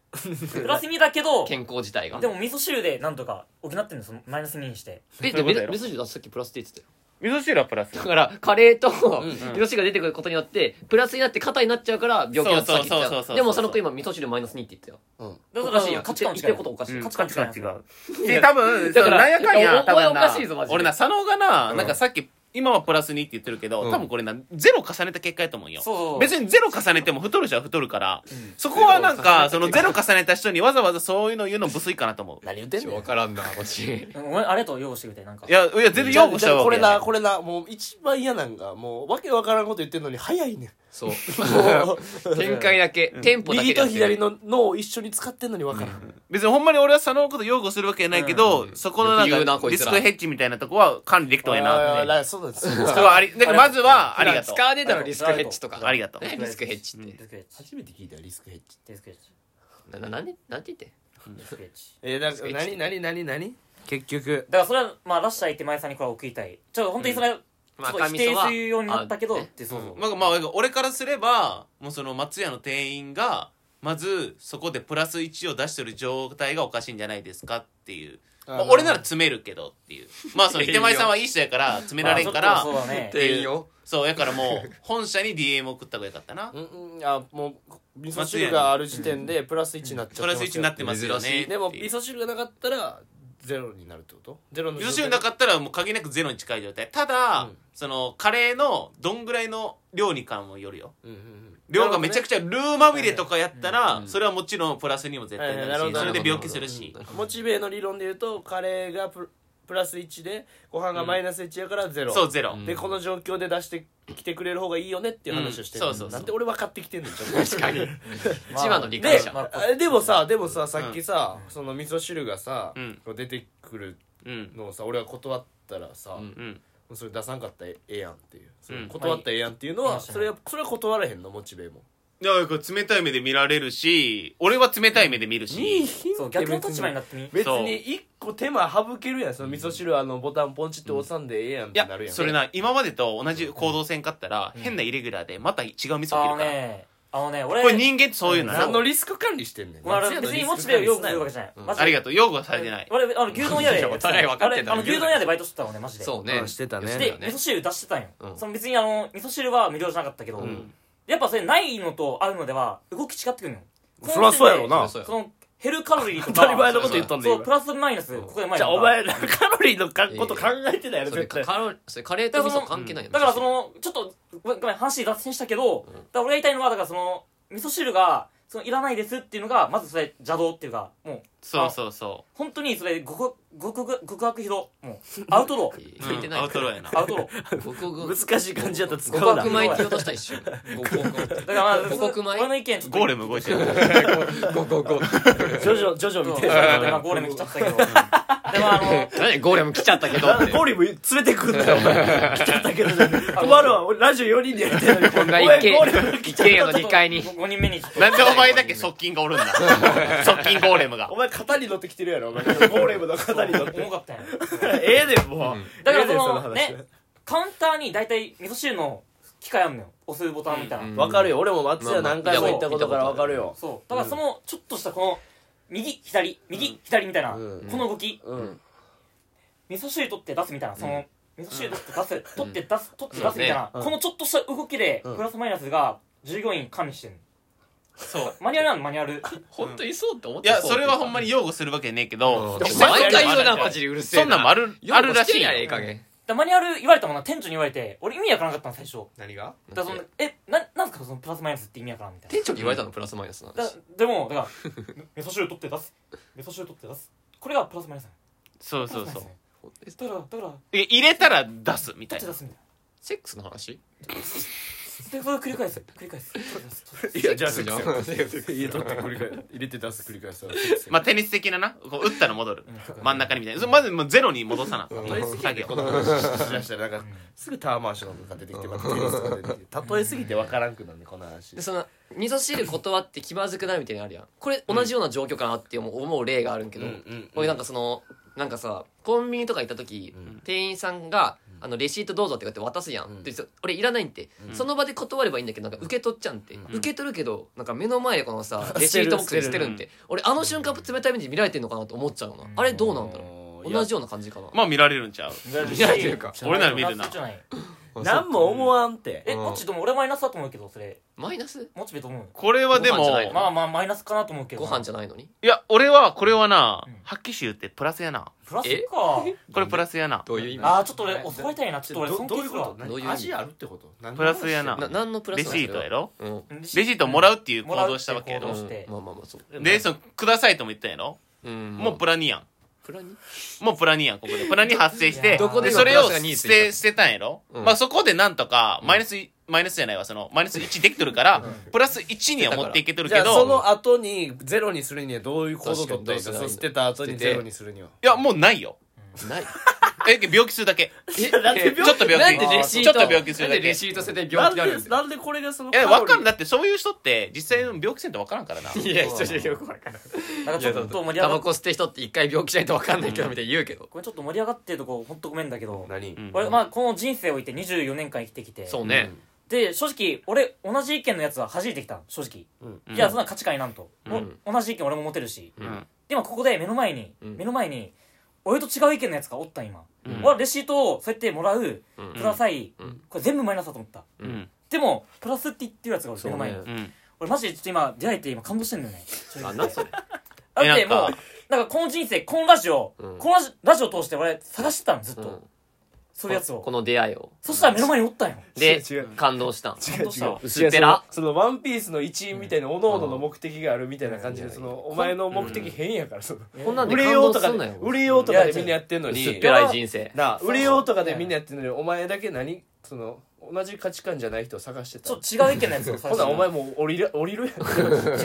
[SPEAKER 4] プラス2だけ ど
[SPEAKER 6] 健康自体が
[SPEAKER 4] でも味噌汁でなんとか補ってんのそのマイナス2にして
[SPEAKER 6] え
[SPEAKER 2] そうい
[SPEAKER 6] で
[SPEAKER 2] うことやろ
[SPEAKER 6] 味噌汁だってさっきプラスって言ってたよ
[SPEAKER 2] 味噌汁はプラス。
[SPEAKER 6] だからカレーと味噌汁が出てくることによってプラスになって肩になっちゃうから病気になってさっき言っ
[SPEAKER 2] そうそうそうそうそ
[SPEAKER 6] たよ
[SPEAKER 2] う
[SPEAKER 6] でもその子今味噌汁マイナス2って言ったよ
[SPEAKER 4] だ
[SPEAKER 6] おかしいやん
[SPEAKER 4] 価
[SPEAKER 6] 価
[SPEAKER 4] 値
[SPEAKER 6] 値
[SPEAKER 4] 観違
[SPEAKER 6] 観言
[SPEAKER 4] う
[SPEAKER 6] ってることおかしい
[SPEAKER 4] 価値観違う
[SPEAKER 2] う。で、多分、だから、なんやかんや、
[SPEAKER 6] だか
[SPEAKER 2] 多
[SPEAKER 6] ら
[SPEAKER 2] 分な
[SPEAKER 6] お前おかしいぞマジで。
[SPEAKER 2] 俺な、佐野がな、なんかさっき、今はプラス2って言ってるけど、多分これな、ゼロ重ねた結果やと思うよ。
[SPEAKER 4] そうそうそう
[SPEAKER 2] 別にゼロ重ねても太る人は太るから、そこはなんか、そのゼロ重ねた人にわざわざそういうの言うの無粋かなと思う。
[SPEAKER 1] 何言ってんの
[SPEAKER 7] からんなマジ
[SPEAKER 4] うん俺あれと擁護してくれてなんか
[SPEAKER 2] いや、いや、全然擁護したわけ
[SPEAKER 1] これ
[SPEAKER 2] やない
[SPEAKER 1] なこれなもう一番嫌なんがもうわけわからんこと言ってんのに早いね
[SPEAKER 7] そうん
[SPEAKER 6] 展開だけテンポだけ
[SPEAKER 1] 右
[SPEAKER 6] でや
[SPEAKER 1] と
[SPEAKER 6] ってる
[SPEAKER 1] 左の脳を一緒に使ってんのにわからん
[SPEAKER 2] 別にほんまに俺は佐野のこと擁護するわけやないけど、そこのな
[SPEAKER 7] 言うんな
[SPEAKER 2] か
[SPEAKER 7] こ
[SPEAKER 2] リ
[SPEAKER 7] い
[SPEAKER 2] ス
[SPEAKER 7] つら
[SPEAKER 2] クヘッジみたいなとこは管理できたんやな
[SPEAKER 1] あ
[SPEAKER 2] って。
[SPEAKER 1] ーそうなんですよ
[SPEAKER 2] それはあり、だからまずはありがとう
[SPEAKER 7] 使。わねえだろリスクヘッジとか
[SPEAKER 2] ありがとう。
[SPEAKER 6] ねリスクヘッジっ
[SPEAKER 4] デ
[SPEAKER 6] て
[SPEAKER 4] スクエッジ
[SPEAKER 1] 初めて聞いたよリスクヘッジ
[SPEAKER 4] デスクエッジ
[SPEAKER 6] なななんでなんて言って
[SPEAKER 4] デスクエッジ
[SPEAKER 1] えなんか何何何何結局
[SPEAKER 4] だからそれはまあ出した相手前さんにこれは送りたいちょっと本当にそれはちょっと否定するようになったけど
[SPEAKER 6] まあ
[SPEAKER 4] ってそうそう
[SPEAKER 2] まあ、まあ、俺からすれば、もうその松屋の店員が、まずそこでプラス1を出してる状態がおかしいんじゃないですかっていう。まあ俺なら詰めるけどっていう。まあその手前さんはいい人やから詰められんか
[SPEAKER 4] まあ
[SPEAKER 2] ら
[SPEAKER 4] ちょっ、とそうだね
[SPEAKER 2] ていう
[SPEAKER 7] 店員を
[SPEAKER 2] そう、やからもう本社に DM 送った方がよかったな
[SPEAKER 1] う。んうんあもう味噌汁がある時点でプラス1になっちゃ
[SPEAKER 2] プ
[SPEAKER 1] って
[SPEAKER 2] ラ
[SPEAKER 1] ます
[SPEAKER 2] ス
[SPEAKER 1] よ
[SPEAKER 2] 1になってますよね。
[SPEAKER 1] でも
[SPEAKER 2] っていう
[SPEAKER 1] 味噌汁がなかったらゼロになるってことゼロの
[SPEAKER 2] 味噌汁なかったらもう限りなくゼロに近い状態ただ、
[SPEAKER 1] うん
[SPEAKER 2] そのカレーのどんぐらいの量にかもよるよ
[SPEAKER 1] うんうんうん
[SPEAKER 2] 量がめちゃくちゃルーまみれとかやったら、それはもちろんプラスにも絶対な
[SPEAKER 1] はい
[SPEAKER 2] る
[SPEAKER 1] はいな
[SPEAKER 2] し、
[SPEAKER 1] るほど
[SPEAKER 2] それで病気するし、
[SPEAKER 1] モチベの理論で言うとカレーがププラス1でご飯がマイナス1やからゼロ、
[SPEAKER 2] そうゼロ、
[SPEAKER 1] でこの状況で出してきてくれる方がいいよねっていう話をしてる、
[SPEAKER 2] うんそうそうそう
[SPEAKER 1] なんで俺分かってきてんのちょっ と
[SPEAKER 4] まあ
[SPEAKER 6] 一番の理解
[SPEAKER 1] で
[SPEAKER 6] 者
[SPEAKER 4] まあ
[SPEAKER 1] あでもさでもささっきさ、その味噌汁がさ、
[SPEAKER 2] うん
[SPEAKER 1] こう出てくる
[SPEAKER 2] うん
[SPEAKER 1] のをさ俺は断ったらさ、
[SPEAKER 7] ん
[SPEAKER 2] うん
[SPEAKER 1] それ出さんかったらええやんっていうそれ
[SPEAKER 2] うん
[SPEAKER 1] 断ったらええやんっていうのは、
[SPEAKER 4] まあ
[SPEAKER 1] それはそれは断られへんのモチベも
[SPEAKER 2] だからこれ冷たい目で見られるし俺は冷たい目で見るし、
[SPEAKER 4] そう逆の立場になってみ
[SPEAKER 1] 別
[SPEAKER 2] そう
[SPEAKER 1] に一個手間省けるやんその味噌汁あのボタンポンチって押さんでええやんっ
[SPEAKER 2] い
[SPEAKER 1] て
[SPEAKER 2] や
[SPEAKER 1] なるやん
[SPEAKER 2] それな今までと同じ行動せんかったら、変なイレギュラーでまた違う味噌切る
[SPEAKER 4] あ
[SPEAKER 2] か
[SPEAKER 4] の
[SPEAKER 2] ら、
[SPEAKER 4] ねああのね俺
[SPEAKER 2] これ人間ってそういうの
[SPEAKER 4] そう
[SPEAKER 2] よ
[SPEAKER 1] 何のリスク管理してんねん
[SPEAKER 4] まあ
[SPEAKER 1] 松屋の
[SPEAKER 4] 別
[SPEAKER 1] リ
[SPEAKER 4] に
[SPEAKER 1] ス
[SPEAKER 4] モ
[SPEAKER 1] ク
[SPEAKER 4] チ
[SPEAKER 1] 管
[SPEAKER 4] ベを
[SPEAKER 1] 理
[SPEAKER 4] 擁
[SPEAKER 1] す
[SPEAKER 4] 護
[SPEAKER 1] な
[SPEAKER 4] す
[SPEAKER 1] よ
[SPEAKER 4] るわけじゃない、マジで
[SPEAKER 2] ありがとう擁護されてない
[SPEAKER 4] 俺あの牛丼屋で
[SPEAKER 6] いやお互い分かってんだ
[SPEAKER 4] あれあの牛丼屋でバイトしてたのねマジで
[SPEAKER 6] そう
[SPEAKER 1] う
[SPEAKER 6] ね
[SPEAKER 1] んしてたね
[SPEAKER 6] し
[SPEAKER 4] で
[SPEAKER 6] て
[SPEAKER 4] 味噌汁出してたんよ、
[SPEAKER 6] うん
[SPEAKER 4] その別にあの味噌汁は無料じゃなかったけど、
[SPEAKER 6] ん
[SPEAKER 4] やっぱそれないのと合うのでは動き違ってくるのよ
[SPEAKER 1] そらそうやろな
[SPEAKER 4] その減るカロリーと
[SPEAKER 1] 当た
[SPEAKER 4] か
[SPEAKER 1] り前のこと言ったんだ
[SPEAKER 4] そう
[SPEAKER 1] よ
[SPEAKER 4] プラスマイナスここで前
[SPEAKER 1] じゃあお前らカロリーのかこと考えてないやろ
[SPEAKER 6] それ
[SPEAKER 1] 絶対
[SPEAKER 6] カロそれカレーと味噌関係ないよ
[SPEAKER 4] だからそのちょっとごめんごめん話脱線したけど、だから俺が言いたいのはだからその味噌汁がそのいらないですっていうのがまずそれ邪道っていうかもう
[SPEAKER 2] そうそうそ
[SPEAKER 4] 本当にそれ極極極悪非道もうアウトロー
[SPEAKER 2] う
[SPEAKER 6] ついて
[SPEAKER 2] うん
[SPEAKER 6] ない
[SPEAKER 2] アウトローやな
[SPEAKER 4] アウトロー
[SPEAKER 6] 極極
[SPEAKER 1] 難しい感じやったら使
[SPEAKER 6] 極
[SPEAKER 1] うな
[SPEAKER 6] 悪米って言おうとした一瞬五
[SPEAKER 4] だからまあ
[SPEAKER 6] 五穀米
[SPEAKER 4] 俺の意見ちょっと
[SPEAKER 2] ゴーレム動いてる
[SPEAKER 6] 五五五
[SPEAKER 1] ジョジョジョジョみ
[SPEAKER 4] そ
[SPEAKER 1] た
[SPEAKER 4] うで
[SPEAKER 1] い
[SPEAKER 4] まあ
[SPEAKER 1] な
[SPEAKER 4] ゴーレム来ちゃったけどでもあの
[SPEAKER 6] 何ゴーレム来ちゃったけどって
[SPEAKER 1] ゴリム連れてくんだよお前来ちゃったけどじゃねえ困るわ俺ラジオ4人でやってるのに
[SPEAKER 6] こんな
[SPEAKER 1] お前
[SPEAKER 6] 一軒
[SPEAKER 1] ゴリム
[SPEAKER 6] 一軒家の2階に
[SPEAKER 4] 5人目にちょっと
[SPEAKER 2] なんでお前だけ側近がおるんだ側近ゴーレムが
[SPEAKER 1] お前肩に乗ってきてるやろお前ゴーレムの肩に乗って
[SPEAKER 4] 重かったんや
[SPEAKER 1] ええでもう
[SPEAKER 4] だから
[SPEAKER 1] ええで
[SPEAKER 4] その
[SPEAKER 1] 話
[SPEAKER 4] ねカウンターに大体味噌汁の機械あんのよ押すボタンみたいな、
[SPEAKER 6] うん
[SPEAKER 1] わかるよ俺も松屋何回も行ったことからわかるよ
[SPEAKER 4] そうだからそのちょっとしたこの右左右、左みたいな、
[SPEAKER 1] うん
[SPEAKER 4] この動き
[SPEAKER 1] うん
[SPEAKER 4] 味噌汁取って出すみたいなその、味噌汁取って出す、取って出す取って
[SPEAKER 6] そ
[SPEAKER 4] 出
[SPEAKER 6] う
[SPEAKER 4] す
[SPEAKER 6] ね
[SPEAKER 4] みたいな、
[SPEAKER 1] うん
[SPEAKER 4] このちょっとした動きで、
[SPEAKER 1] うん
[SPEAKER 4] プラスマイナスが従業員管理してる
[SPEAKER 2] そう
[SPEAKER 4] マニュアルなのマニュアル
[SPEAKER 6] 本当いそうって思っ
[SPEAKER 2] い
[SPEAKER 6] てい
[SPEAKER 2] やそれはほんまに擁護するわけねえけど
[SPEAKER 1] うん
[SPEAKER 2] 実際
[SPEAKER 6] 毎回言うな
[SPEAKER 2] そういうのもある
[SPEAKER 6] マジでうるせえ
[SPEAKER 2] そんなんもあるあるらしいよ
[SPEAKER 6] やええ加減
[SPEAKER 4] だマニュアル言われたもんな店長に言われて俺意味わからなかったの最初
[SPEAKER 5] 何が
[SPEAKER 4] だからそのえななんすかそのプラスマイナスって意味わからんみたいな
[SPEAKER 6] 店長に言われたのプラスマイナスなんで
[SPEAKER 4] だ
[SPEAKER 6] す
[SPEAKER 4] でもだから味噌汁取って出す味噌汁取って出すこれがプラスマイナス
[SPEAKER 2] そうそう
[SPEAKER 4] プラス
[SPEAKER 2] そう
[SPEAKER 4] マイナスだからだから
[SPEAKER 2] いや入れたら出すみたいな
[SPEAKER 4] 取って出すみたい
[SPEAKER 6] セックスの話
[SPEAKER 4] なでそれを繰り返す繰り返す取って出す取って出す
[SPEAKER 1] いやじゃあセ
[SPEAKER 6] セ
[SPEAKER 1] ッ
[SPEAKER 6] ッ
[SPEAKER 1] ク
[SPEAKER 6] ク
[SPEAKER 1] ス
[SPEAKER 6] ス
[SPEAKER 1] や
[SPEAKER 6] や
[SPEAKER 1] 家取って繰り返入れて出す繰り返す
[SPEAKER 2] まあテニス的ななこう打ったら戻る真ん中にみたいなそれまずもうゼロに戻さな作業
[SPEAKER 1] この話しだしたらなんかすぐタワーマンションとか出てきてまたテニスとか出てきて例えすぎてわからんくなるねこの話
[SPEAKER 6] でその味噌汁断って気まずくなるみたいなのあるやんこれ同じような状況かなって思う思う例があるんけど
[SPEAKER 1] うんうんうん
[SPEAKER 6] 俺なんかそのなんかさコンビニとか行った時店員さんが「あのレシートどうぞ」って言って渡すやんでそ俺いらないんってその場で断ればいいんだけどなんか受け取っちゃうんって受け取るけどなんか目の前でこの さレシートボックスに捨てるんって俺あの瞬間冷たい目で見られてんのかなと思っちゃうのあれどうなんだろう
[SPEAKER 1] いや
[SPEAKER 6] 同じような感じかな
[SPEAKER 2] まあ見られるんちゃう
[SPEAKER 6] 見られてるか
[SPEAKER 2] 俺なら見るな
[SPEAKER 4] プラスじゃい
[SPEAKER 1] 何も思わんって
[SPEAKER 4] えもっちでも俺マイナスだと思うけどそれ
[SPEAKER 6] マイナス
[SPEAKER 4] もっちべと思うよ
[SPEAKER 2] これはで
[SPEAKER 6] ご飯じゃ
[SPEAKER 2] も
[SPEAKER 6] ない
[SPEAKER 4] まあまあマイナスかなと思うけど
[SPEAKER 6] ご飯じ
[SPEAKER 4] ゃ
[SPEAKER 6] ゃないのに
[SPEAKER 2] いや俺はこれはな
[SPEAKER 4] うん
[SPEAKER 2] はっきり言ってプラスやな
[SPEAKER 4] プラスか
[SPEAKER 2] これプラスやな
[SPEAKER 6] どういう意味
[SPEAKER 4] あーちょっと俺教わりたいなちょっと俺尊敬するわ
[SPEAKER 6] どういう意味
[SPEAKER 1] 味あるってこと何の
[SPEAKER 2] プラスやな
[SPEAKER 6] な何のプラ
[SPEAKER 2] レ
[SPEAKER 6] スなん
[SPEAKER 2] シートやろ
[SPEAKER 6] うん
[SPEAKER 4] レ
[SPEAKER 2] レシートをもら
[SPEAKER 4] う
[SPEAKER 2] うっていう行動をしたわけや
[SPEAKER 4] ど
[SPEAKER 2] ろ
[SPEAKER 4] うして
[SPEAKER 6] うんまあまあまあそう
[SPEAKER 2] でそのくださいとも言ったんやろ
[SPEAKER 6] うん
[SPEAKER 2] もうプラニやん
[SPEAKER 6] プラに
[SPEAKER 2] もうプラニやんここでプラニ発生して
[SPEAKER 4] どこで
[SPEAKER 2] で
[SPEAKER 4] 今
[SPEAKER 2] それを
[SPEAKER 6] プラスが2
[SPEAKER 2] 捨て捨てたんやろ
[SPEAKER 6] うん
[SPEAKER 2] まあそこでなんとかマイナスマイナスじゃないわそのマイナス1できとるからプラス1には持っていけとる
[SPEAKER 1] じゃ
[SPEAKER 2] け
[SPEAKER 1] あそ
[SPEAKER 2] ど
[SPEAKER 1] の後にゼロにするにはどういう行動を取ったらいいか
[SPEAKER 6] 確か
[SPEAKER 1] そう
[SPEAKER 6] に
[SPEAKER 1] 捨てた後にゼロにするにはい
[SPEAKER 2] やもうないよ
[SPEAKER 6] ない
[SPEAKER 2] え病気するだけ
[SPEAKER 6] え
[SPEAKER 2] ちょっと病気
[SPEAKER 6] なんでレシー
[SPEAKER 2] ちょ
[SPEAKER 6] ト
[SPEAKER 2] っと病気する
[SPEAKER 6] な
[SPEAKER 2] だ
[SPEAKER 6] んで
[SPEAKER 2] け
[SPEAKER 6] レシート捨てて病気になるんだよ
[SPEAKER 1] んでこれがその
[SPEAKER 2] えわかるだってそういう人って実際の病気せんとわからんからな
[SPEAKER 6] いやちょっとよくわかんない
[SPEAKER 4] なんかちょっと盛り
[SPEAKER 6] タ
[SPEAKER 4] 上が
[SPEAKER 6] バ
[SPEAKER 4] っ
[SPEAKER 6] コ吸ってる人って一回病気しないとわかんないけどみたいに言うけど
[SPEAKER 4] これちょっと盛り上がってるとこほんとごめんだけど
[SPEAKER 1] 何
[SPEAKER 2] うん
[SPEAKER 4] 俺まあこの人生をいて24年間生きてきて
[SPEAKER 6] そうね
[SPEAKER 4] で正直俺同じ意見のやつは弾いてきた正直、
[SPEAKER 2] うん
[SPEAKER 4] いやそんな価値観いらんと、
[SPEAKER 6] うん
[SPEAKER 4] お同じ意見俺も持てるし、
[SPEAKER 2] うん
[SPEAKER 4] でもここで目の前に、
[SPEAKER 6] うん
[SPEAKER 4] 目の前に俺と違う意見のやつがおった今、
[SPEAKER 2] うん
[SPEAKER 4] 俺はレシートをそうやってもらう、
[SPEAKER 6] うん
[SPEAKER 4] ください、
[SPEAKER 6] うん
[SPEAKER 4] これ全部マイナスだと思った
[SPEAKER 2] うん
[SPEAKER 4] でもプラスって言ってるやつが俺
[SPEAKER 6] そう
[SPEAKER 4] 目の
[SPEAKER 6] ね
[SPEAKER 4] 前に、
[SPEAKER 2] うん
[SPEAKER 4] 俺マジでちょっと今出会えて今感動してんだよね正直
[SPEAKER 6] あなんそれ
[SPEAKER 4] だって
[SPEAKER 2] え
[SPEAKER 4] もう
[SPEAKER 2] な
[SPEAKER 4] なんんかこの人生このラジオ、
[SPEAKER 6] うん
[SPEAKER 4] このラジラジオ通して俺探してたのずっと、
[SPEAKER 6] うん
[SPEAKER 4] そういうやつを
[SPEAKER 6] この出会いを
[SPEAKER 4] そしたら目の前におったんよ
[SPEAKER 1] 違
[SPEAKER 6] で
[SPEAKER 1] う違う
[SPEAKER 6] 感動したん
[SPEAKER 1] 違う
[SPEAKER 4] 感動した
[SPEAKER 1] 違う
[SPEAKER 6] 薄っぺら
[SPEAKER 1] その「ワンピースの一員みたいなおのおのの目的があるみたいな感じで
[SPEAKER 6] うん
[SPEAKER 1] そのお前の目的変やからその
[SPEAKER 6] こんなんで
[SPEAKER 1] 売れ
[SPEAKER 6] 感
[SPEAKER 1] よう
[SPEAKER 6] 動
[SPEAKER 1] と
[SPEAKER 6] す
[SPEAKER 1] か
[SPEAKER 6] んな
[SPEAKER 1] で
[SPEAKER 6] よ
[SPEAKER 1] 売れようとかでみんなやってんのに
[SPEAKER 6] 薄っぺらい人生
[SPEAKER 1] なあ売れようとかでみんなやってんのにお前だけ何その同じ価値観じゃない人を探してた
[SPEAKER 4] ちょっと違う意見のやつを探
[SPEAKER 1] ほな
[SPEAKER 4] してた
[SPEAKER 1] お前もう降りる降りるやん
[SPEAKER 4] 違う違う違う違う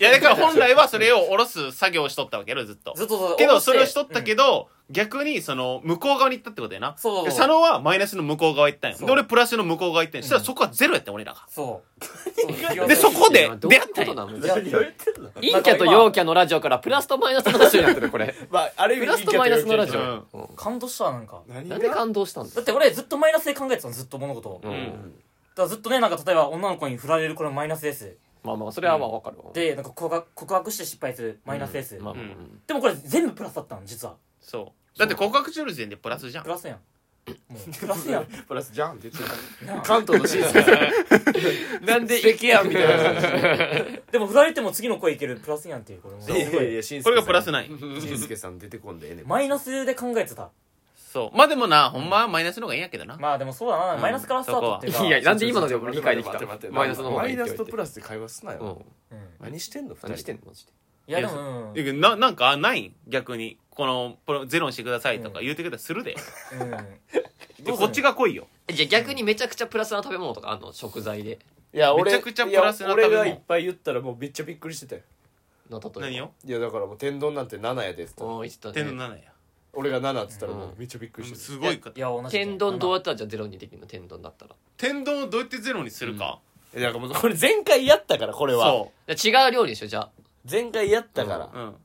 [SPEAKER 2] いやだから本来はそれを下ろす作業をしとったわけやろずっと
[SPEAKER 4] ずっとそう
[SPEAKER 2] けどそれをしとったけど、逆にその向こう側に行ったってことやな
[SPEAKER 4] そう
[SPEAKER 2] で佐野はマイナスの向こう側行ったんや
[SPEAKER 4] そう
[SPEAKER 2] で俺プラスの向こう側行ったんやそしたらそこはゼロやったん俺らが
[SPEAKER 4] そう
[SPEAKER 2] でそこで
[SPEAKER 6] どう
[SPEAKER 2] 出
[SPEAKER 6] いう
[SPEAKER 2] 会っ
[SPEAKER 6] こ
[SPEAKER 2] たん
[SPEAKER 6] と
[SPEAKER 2] や
[SPEAKER 6] なの
[SPEAKER 4] いや
[SPEAKER 6] 陰キャと陽キャのラジオからプラスとマイナスのラジオになってる これ
[SPEAKER 1] まあある意
[SPEAKER 6] プ
[SPEAKER 1] 味
[SPEAKER 6] ラスとマイナスのラジ
[SPEAKER 2] う
[SPEAKER 6] オ
[SPEAKER 2] ん
[SPEAKER 6] うん
[SPEAKER 4] 感動したなんか
[SPEAKER 1] 何
[SPEAKER 6] なんで
[SPEAKER 1] が
[SPEAKER 6] 感動したんだ
[SPEAKER 4] だって俺ずっとマイナスで考えてたのずっと物事を
[SPEAKER 6] うん
[SPEAKER 2] ん
[SPEAKER 4] からずっとねなんか例えば女の子に振られるこれマイナスです
[SPEAKER 5] まあまあそれはまあわかるわ
[SPEAKER 4] でなんか告白告白して失敗するマイナスです、
[SPEAKER 5] まあまあ
[SPEAKER 2] うん
[SPEAKER 5] うん
[SPEAKER 4] でもこれ全部プラスだったの実は
[SPEAKER 2] そうだって告白中の時点でプラスじゃん
[SPEAKER 4] プラスやんも うプラスやん
[SPEAKER 5] プラスじゃんって言ってた
[SPEAKER 4] なあ
[SPEAKER 5] 関東の審査
[SPEAKER 6] なんで
[SPEAKER 5] 素敵やんみたいな
[SPEAKER 4] でも振られても次の声いけるプラスやんっていうこれも
[SPEAKER 1] いやいやしんすけさん
[SPEAKER 2] これがプラスない
[SPEAKER 1] しんすけさん出てこんでええねん
[SPEAKER 4] マイナスで考えてた
[SPEAKER 2] そうまあでもなほんまはマイナスの方がいいんやけどな
[SPEAKER 4] まあでもそうだな、
[SPEAKER 2] うん
[SPEAKER 4] マイナスからスタートっていうか
[SPEAKER 6] いやなんで今のでも理解できた
[SPEAKER 5] 待って待って待って
[SPEAKER 6] マイナスの方がいいって
[SPEAKER 1] マイ
[SPEAKER 6] 言
[SPEAKER 1] ナ
[SPEAKER 6] わ
[SPEAKER 1] ス
[SPEAKER 6] れ
[SPEAKER 1] と
[SPEAKER 6] て
[SPEAKER 1] プラスで会話すなよ、
[SPEAKER 6] うん
[SPEAKER 4] うん
[SPEAKER 1] 何してんの
[SPEAKER 6] 何してん
[SPEAKER 1] の
[SPEAKER 6] のマジで
[SPEAKER 4] いやでもうん
[SPEAKER 2] いやななんかない逆にこのプロゼロにしてくださいとか言ってくれたらするで、
[SPEAKER 4] うん
[SPEAKER 2] でこっちが来いよ
[SPEAKER 6] えじゃあ逆にめちゃくちゃプラスな食べ物とかあんの食材で
[SPEAKER 5] いや
[SPEAKER 2] めちゃくちゃプラスな食べ物
[SPEAKER 5] いや俺がいっぱい言ったらもうめっちゃびっくりしてたよ
[SPEAKER 6] の例えば
[SPEAKER 2] 何よ
[SPEAKER 5] いやだからもう天丼なんて7やでっつった
[SPEAKER 6] おー言ってたね
[SPEAKER 2] 天丼7や
[SPEAKER 5] 俺が7っつったらも
[SPEAKER 6] う
[SPEAKER 5] うんめっちゃびっくりして
[SPEAKER 2] すごいか
[SPEAKER 4] いや同じ
[SPEAKER 6] 天丼どうやったらじゃあゼロにできるの天丼だったら
[SPEAKER 2] 天丼をどうやってゼロにするか、
[SPEAKER 5] たいやだからもうこれ前回やったからこれは
[SPEAKER 2] そ
[SPEAKER 6] じゃあ違う料理でしょじゃあ
[SPEAKER 5] 前回やったから
[SPEAKER 2] う、うん、